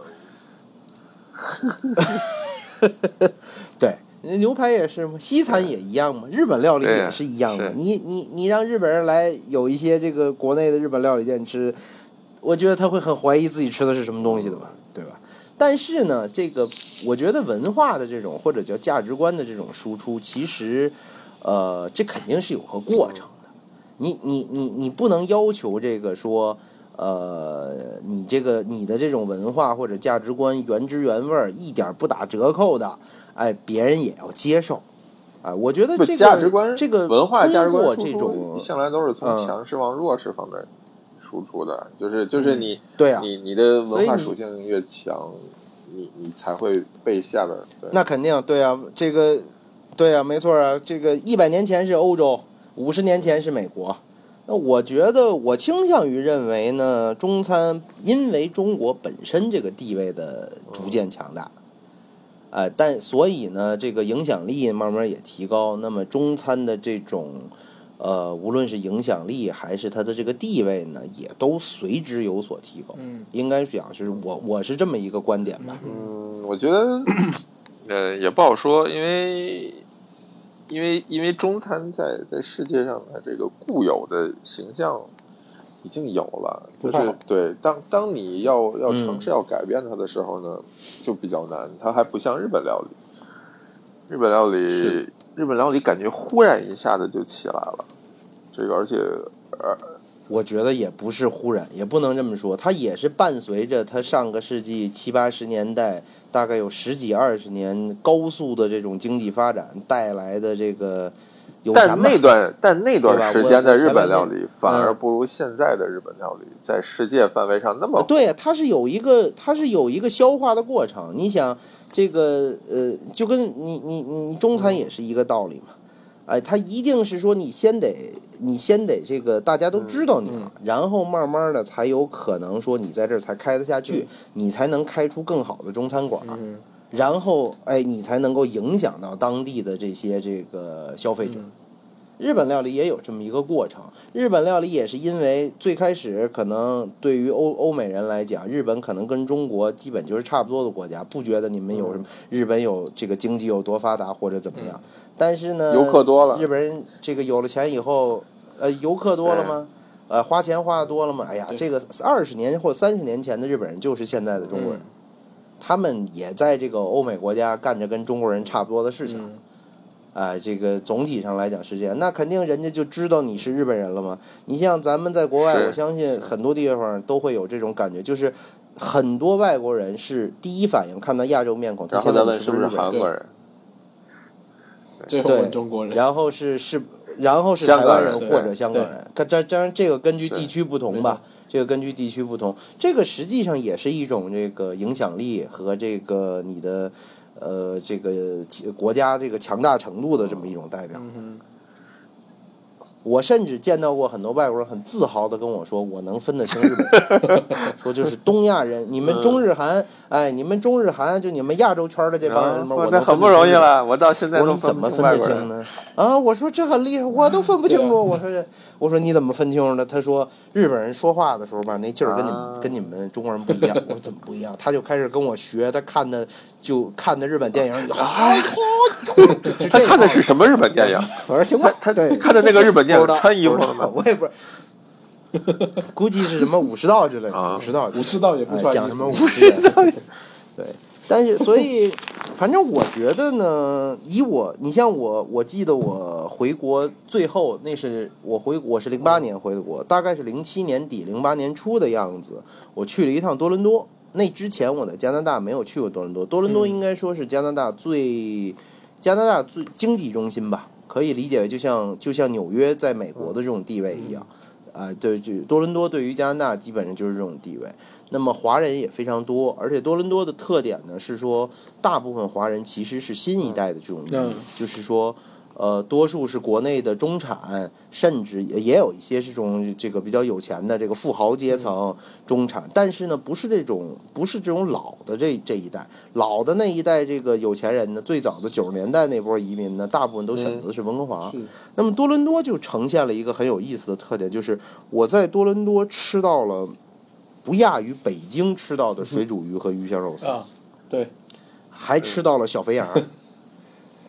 对，那牛排也是嘛，西餐也一样嘛，日本料理
对啊
也是一样的
是。
你你你让日本人来有一些这个国内的日本料理店吃，我觉得他会很怀疑自己吃的是什么东西的吧，对吧？但是呢，这个我觉得文化的这种或者叫价值观的这种输出，其实，呃，这肯定是有个过程的。你你你你不能要求这个说，呃，你这个你的这种文化或者价值观原汁原味儿，一点儿不打折扣的，哎，别人也要接受。啊，我觉得
不
这个
价值观
这个
文化价值
通过
观
这
输
种
出向来都是从
嗯
强势往弱势方面输出的，就是就是你
对啊，
你你的
所以
文化
你
属性越强，你你才会被下边儿对
那肯定对啊，这个对啊，没错啊，这个一百年前是欧洲，五十年前是美国。那我觉得，我倾向于认为呢，中餐因为中国本身这个地位的逐渐强大，哎、但所以呢，这个影响力慢慢也提高，那么中餐的这种呃，无论是影响力还是他的这个地位呢，也都随之有所提高。
嗯
应该讲是我我是这么一个观点吧。
嗯，我觉得，呃，也不好说，因为，因为，因为中餐在在世界上的这个固有的形象已经有了，就
不太
是
好
对，当当你要要
嗯
尝试要改变它的时候呢，就比较难，它还不像日本料理，日本料理
是，
日本料理感觉忽然一下子就起来了，这个而且，呃，
我觉得也不是忽然，也不能这么说，它也是伴随着它上个世纪七八十年代，大概有十几二十年高速的这种经济发展带来的这个有
但那段但那段
对吧
时
我
间的
我
日
前
本
两
料
天
理反而
嗯
不如现在的日本料理在世界范围上那么
啊，对，它是有一个，它是有一个消化的过程。你想，这个呃，就跟你你你中餐也是一个道理嘛。哎，它一定是说你先得你先得这个大家都知道你了，然后慢慢的才有可能说你在这儿才开得下去，你才能开出更好的中餐馆儿，
嗯
然后哎，你才能够影响到当地的这些这个消费者。
嗯
日本料理也有这么一个过程。日本料理也是因为最开始可能对于欧欧美人来讲，日本可能跟中国基本就是差不多的国家，不觉得你们有什么、日本有这个经济有多发达或者怎么样。但是呢，
游客多了
日本人这个有了钱以后，呃，游客多了吗？
哎
呃，花钱花的多了吗？哎呀，
对
这个二十年或三十年前的日本人就是现在的中国
嗯
人，他们也在这个欧美国家干着跟中国人差不多的事情。
嗯
啊、这个总体上来讲是这样，那肯定人家就知道你是日本人了嘛。你像咱们在国外，
是
我相信很多地方都会有这种感觉，就是很多外国人是第一反应看到亚洲面孔，他
然后
先
再问
是
不
不
是
日本人
韩国人、
最后
对
问中国人，
然后是是，然后是
香
台
港
湾
人
人
对
或者香港
对
人。可这当然这个根据
是
地区不同
没
吧，这个根据地区不同，这个实际上也是一种这个影响力和这个你的呃这个其国家这个强大程度的这么一种代表。
嗯哼
我甚至见到过很多外国人很自豪的跟我说，我能分得清日本人， 说就是东亚人，你们中日韩，哎，你们中日韩就你们亚洲圈的这帮人嘛，
我
能
很
分
不
得清
容易
日本人。
了，我到现在
我说
都
你怎么
不清
分
外
得
国
清
人。
呢？啊，我说这很厉害，我都分不清
对啊
楚。我说这，我说你怎么分清楚呢？他说日本人说话的时候吧，那劲儿跟你们、
啊
跟你们中国人不一样。我说怎么不一样？他就开始跟我学，他看的就看的日本电影， 啊，就就就
他
这
看的
套
是什么日本电影？
我说行
他
吧，
他
对，
看的那个日本电影
不知道
穿衣服
不知
了
道
吗？嗯
我 也不知道，估计是什么武士道之类
啊
的，武士道之类的，
武士道也不
哎
穿
讲
衣
什
服
么武士道， 对。但是，所以，反正我觉得呢，以我，你像我，我记得我回国最后那是我回我是零八年回的国，大概是零七年底、零八年初的样子，我去了一趟多伦多。那之前我在加拿大没有去过多伦多，多伦多
嗯
应该说是加拿大最、加拿大最经济中心吧，可以理解为就像就像纽约在美国的这种地位一样，啊、对，就多伦多对于加拿大基本上就是这种地位。那么华人也非常多，而且多伦多的特点呢是说，大部分华人其实是新一代的这种移民，
嗯
就是说，呃，多数是国内的中产，甚至也也有一些是这种这个比较有钱的这个富豪阶
嗯
层、中产，但是呢，不是这种不是这种老的这这一代，老的那一代这个有钱人呢，最早的九十年代那波移民呢，大部分都选择的是温哥华。
嗯是
那么多伦多就呈现了一个很有意思的特点，就是我在多伦多吃到了不亚于北京吃到的水煮鱼和鱼香肉丝，
啊，对，
还吃到了小肥羊。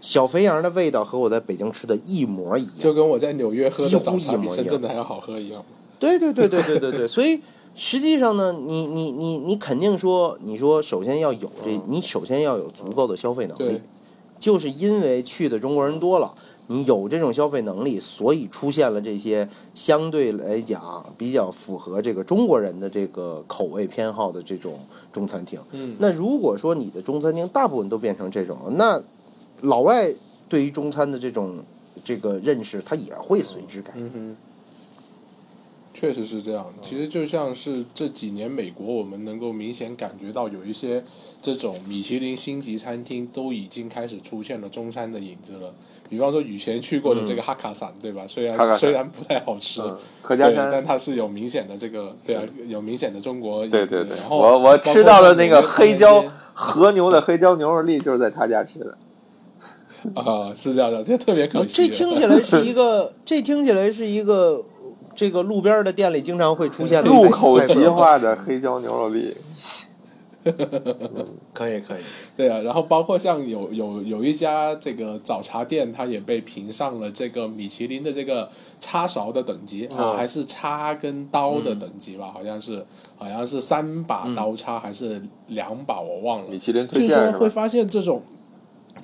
小肥羊的味道和我在北京吃的一模一样
就。跟我在纽约喝
几
的
乎
早茶
一
比
模一样
深圳的还要好喝一样。
对对对对对对 对，所以实际上呢，你你你你肯定说，你说首先要有这，你首先要有足够的消费能力
对，，
就是因为去的中国人多了，你有这种消费能力，所以出现了这些相对来讲比较符合这个中国人的这个口味偏好的这种中餐厅。
嗯，
那如果说你的中餐厅大部分都变成这种了，那老外对于中餐的这种这个认识，他也会随之改变。
嗯哼，确实是这样。
嗯
其实就像是这几年美国，我们能够明显感觉到有一些这种米其林星级餐厅都已经开始出现了中餐的影子了。比方说以前去过的这个哈卡散，对吧？虽
哈卡
然
散
虽然不太好吃，
嗯，客家
对，
山
但。它是有明显的这个，对啊，有明显的中国影子。
对对对，
然后
我我
包括
吃到的那
纽
个
约唐人
黑
街
椒和牛的黑椒牛肉粒就是在他家吃的。
啊，是这样的，这特别可惜。啊
这听起来是一 个，这听起来是一个，这个路边的店里经常会出现的
入口
菜色
即化的黑椒牛肉粒，
可以可以，
对啊，然后包括像有有有一家这个早茶店，它也被评上了这个米其林的这个叉勺的等级、
哦
啊，还是叉跟刀的等级吧，好像是好像是三把刀叉、还是两把，我忘了
米。其林推
据
荐
说
是
会
吧？
发现这种，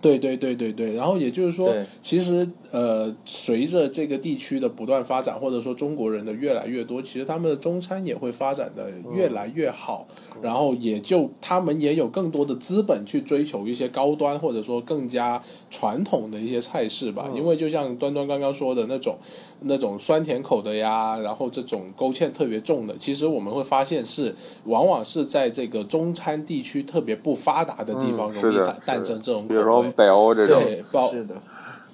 对对对对对，然后也就是说
对，
其实呃，随着这个地区的不断发展，或者说中国人的越来越多，其实他们的中餐也会发展的
嗯
越来越好，然后也就他们也有更多的资本去追求一些高端或者说更加传统的一些菜式吧，
嗯
因为就像端端刚刚说的那种。那种酸甜口的呀，然后这种勾芡特别重的，其实我们会发现是往往是在这个中餐地区特别不发达的地方
嗯是
容易
的
诞
是
诞
的
生这种
比
口
如说我
味
们。北欧这种，
对，包
是的，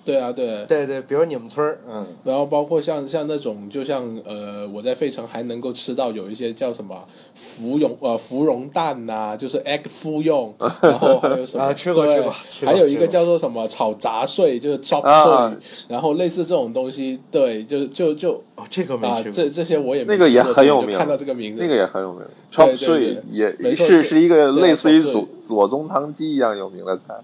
对啊，对，
对对，比如你们村儿，嗯，
然后包括像像那种，就像呃，我在费城还能够吃到有一些叫什么芙蓉呃芙蓉蛋呐、就是 egg 芙 蓉，然后还有什么
啊吃过
对
吃过吃过
还有一
吃
个
过
叫做什么炒杂碎，就是 chop 碎、
啊
然后类似这种东西，对，就就就
哦，这个没
啊，
吃过，
这这些我也没
那个
吃
也
过
很
对
有
就
名
看到这个名字，
那个也很有名。chop
对对
suy
没
也
错
是
对
是一个
对
类似于
chop suey
左左宗棠鸡一样有名的菜。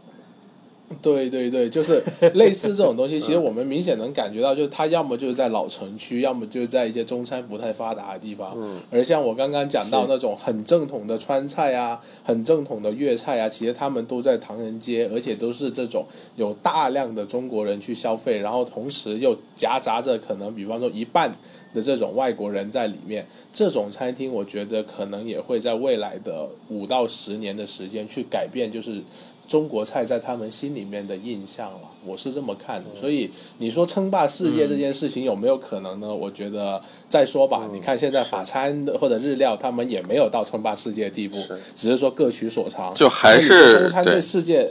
对对对，就是类似这种东西，其实我们明显能感觉到，就是它要么就是在老城区，要么就是在一些中餐不太发达的地方。
嗯，
而像我刚刚讲到那种很正统的川菜啊，很正统的粤菜啊，其实他们都在唐人街，而且都是这种有大量的中国人去消费，然后同时又夹杂着可能比方说一半的这种外国人在里面。这种餐厅，我觉得可能也会在未来的五到十年的时间去改变，就是中国菜在他们心里面的印象了。我是这么看
嗯
的，所以你说称霸世界这件事情有没有可能呢？我觉得再说吧。
嗯
你看现在法餐的或者日料，他们也没有到称霸世界的地步，只是说各取所长。
就还是
那你说中餐
对
对世界。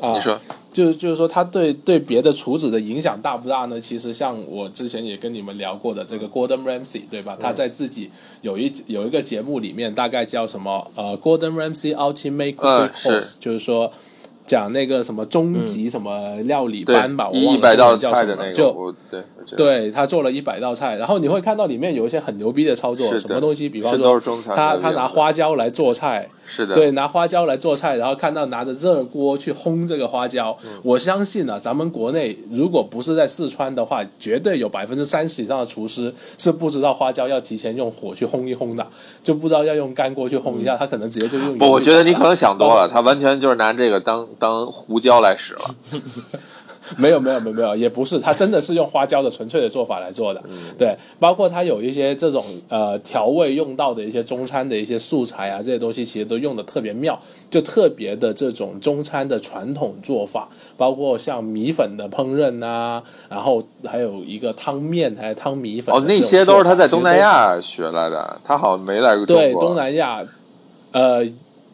啊，
你说
就就是说，它对对别的厨子的影响大不大呢？其实像我之前也跟你们聊过的这个
嗯
Gordon Ramsay，对吧？他在自己有一有一个节目里面，大概叫什么？呃，Gordon Ramsay Ultimate Cooking
嗯
Course，、
是
就是说讲那个什么终极什么料理
嗯对
班吧，，我
一
忘
一百
了
道
中文叫
菜
什
的
么，
那个，
就
我对我知道
对他做了一百道菜，然后你会看到里面有一些很牛逼的操
是
作，
的
什么东西，比方
是都
说
是中餐
他
的
他拿花椒来做菜，
是的，
对，拿花椒来做菜，然后看到拿着热锅去烘这个花椒，
嗯
我相信啊，咱们国内如果不是在四川的话，绝对有百分之三十以上的厨师是不知道花椒要提前用火去烘一烘的，就不知道要用干锅去烘一下，他可能直接就用油去炸了。
嗯不，我觉得你可能想多
哦
了，他完全就是拿这个当当胡椒来使了。
没有没有没有没有，也不是，它真的是用花椒的纯粹的做法来做的。
嗯
对，包括它有一些这种呃调味用到的一些中餐的一些素材啊，这些东西其实都用的特别妙，就特别的这种中餐的传统做法，包括像米粉的烹饪呐、然后还有一个汤面还有汤米粉
哦
的，这
那
种
些都是他在
做
东
法
南亚学来的，他好像没来过中国。
对东南亚，呃，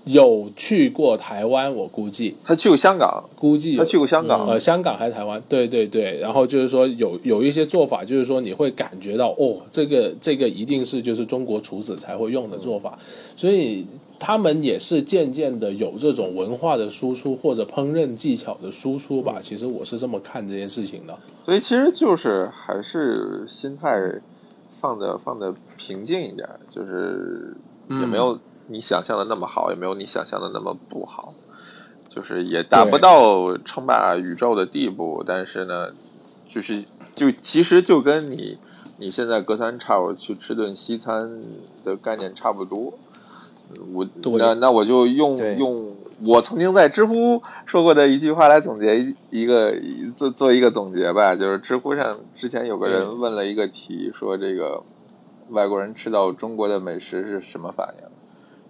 有去过台湾，我估计
他去过香港，
估计有
他去过香港，
呃，香港还是台湾？对对对，然后就是说有有一些做法，就是说你会感觉到哦，这个这个一定是就是中国厨子才会用的做法，
嗯
所以他们也是渐渐的有这种文化的输出或者烹饪技巧的输出
嗯
吧。其实我是这么看这件事情的。
所以其实就是还是心态放的放的平静一点，就是
嗯
也没嗯有你想象的那么好，也没有你想象的那么不好，就是也达不
对
到称霸宇宙的地步，但是呢，就是就其实就跟你你现在隔三差五去吃顿西餐的概念差不多。我
对
那那我就用
对
用我曾经在知乎说过的一句话来总结一一个做做一个总结吧，就是知乎上之前有个
嗯
人问了一个题，说这个外国人吃到中国的美食是什么反应？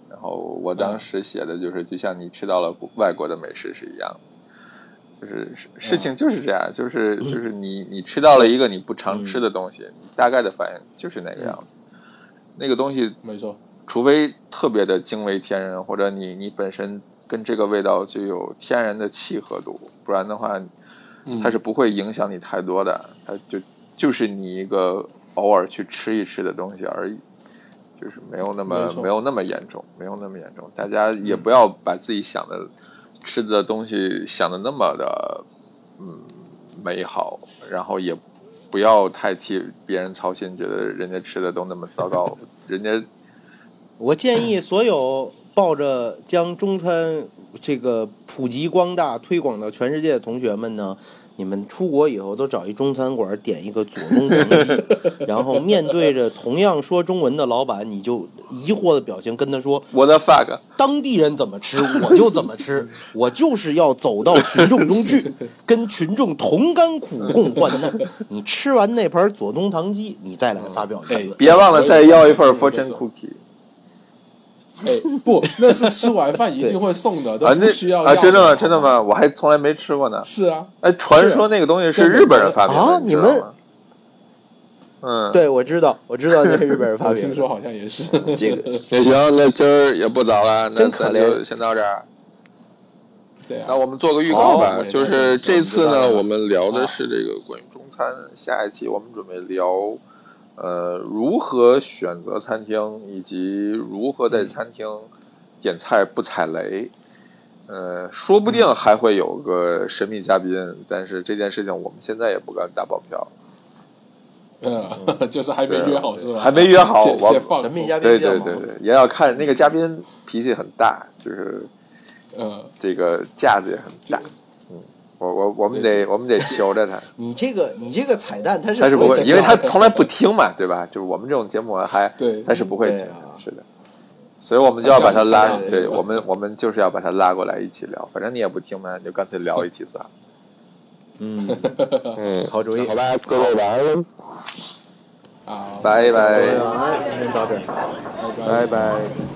然后我当时写的就是，就像你吃到了外国的美食是一样的。就是事事情就是这样，就是就是你你吃到了一个你不常吃的东西，你大概的反应就是那个样子。那个东西
没错，
除非特别的惊为天人，或者你你本身跟这个味道就有天然的契合度，不然的话，
嗯
它是不会影响你太多的，它就就是你一个偶尔去吃一吃的东西而已，就是没有那么
没错
没有那么严重，没有那么严重。大家也不要把自己想的、吃的东西想的那么的嗯美好，然后也不要太替别人操心，觉得人家吃的都那么糟糕，人家
我建议所有抱着将中餐这个普及光大、推广到全世界的同学们呢，你们出国以后都找一中餐馆点一个左宗棠鸡，然后面对着同样说中文的老板，你就疑惑的表情跟他说
我的 fuck，：“
当地人怎么吃，我就怎么吃，我就是要走到群众中去，跟群众同甘苦共患难。你吃完那盘左宗棠鸡，你再来发表言
哎
论。”
别忘了再要一份
我也
fortune
是
cookie
哎，不，那是吃完饭一定会送的，都
啊，
不需
那
要
啊
要
真的
好
吗？真的？吗？我还从来没吃过呢。
是啊，
哎，传说那个东西是日本人发明的，
啊
你知道吗？嗯，
对，我知道，我知道这是日本人发
我
明
听
的。
说好像也是。
这个
也行，那今儿也不早了，那
真可
咱
怜哦
就先到这儿。
对啊，
那我们做个预告
好
吧
我，也
就是这次
我也
呢，
知道啊
我们聊的是这个关于中餐，下一期我们准备聊，呃，如何选择餐厅，以及如何在餐厅点菜不踩雷。呃，说不
嗯
定还会有个神秘嘉宾，但是这件事情我们现在也不敢打保票，
嗯， 就是还没约好是吧？
啊还没约好，
先
我
先放
神秘嘉宾
对
比较
对
忙
对对，也要看那个嘉宾脾气很大，就是
嗯，
这个架子也很大。嗯，我我我们得我们得求着他，
你这个你这个彩蛋，它是
但是不会，
剪
因为
掉
他
的
从来不听嘛，对吧？就是我们这种节目啊还
对，
他是不会听
对啊
的，是的。所以我们就要把他
他
拉
叫，你
对
是吧
我们我们就是要把他拉过来一起聊，反正你也不听嘛，你就干脆聊一起算了。
嗯，
嗯，
好主意。
好吧，各位晚安。
啊，
拜拜。
嗯
先到这儿，
拜拜
拜拜。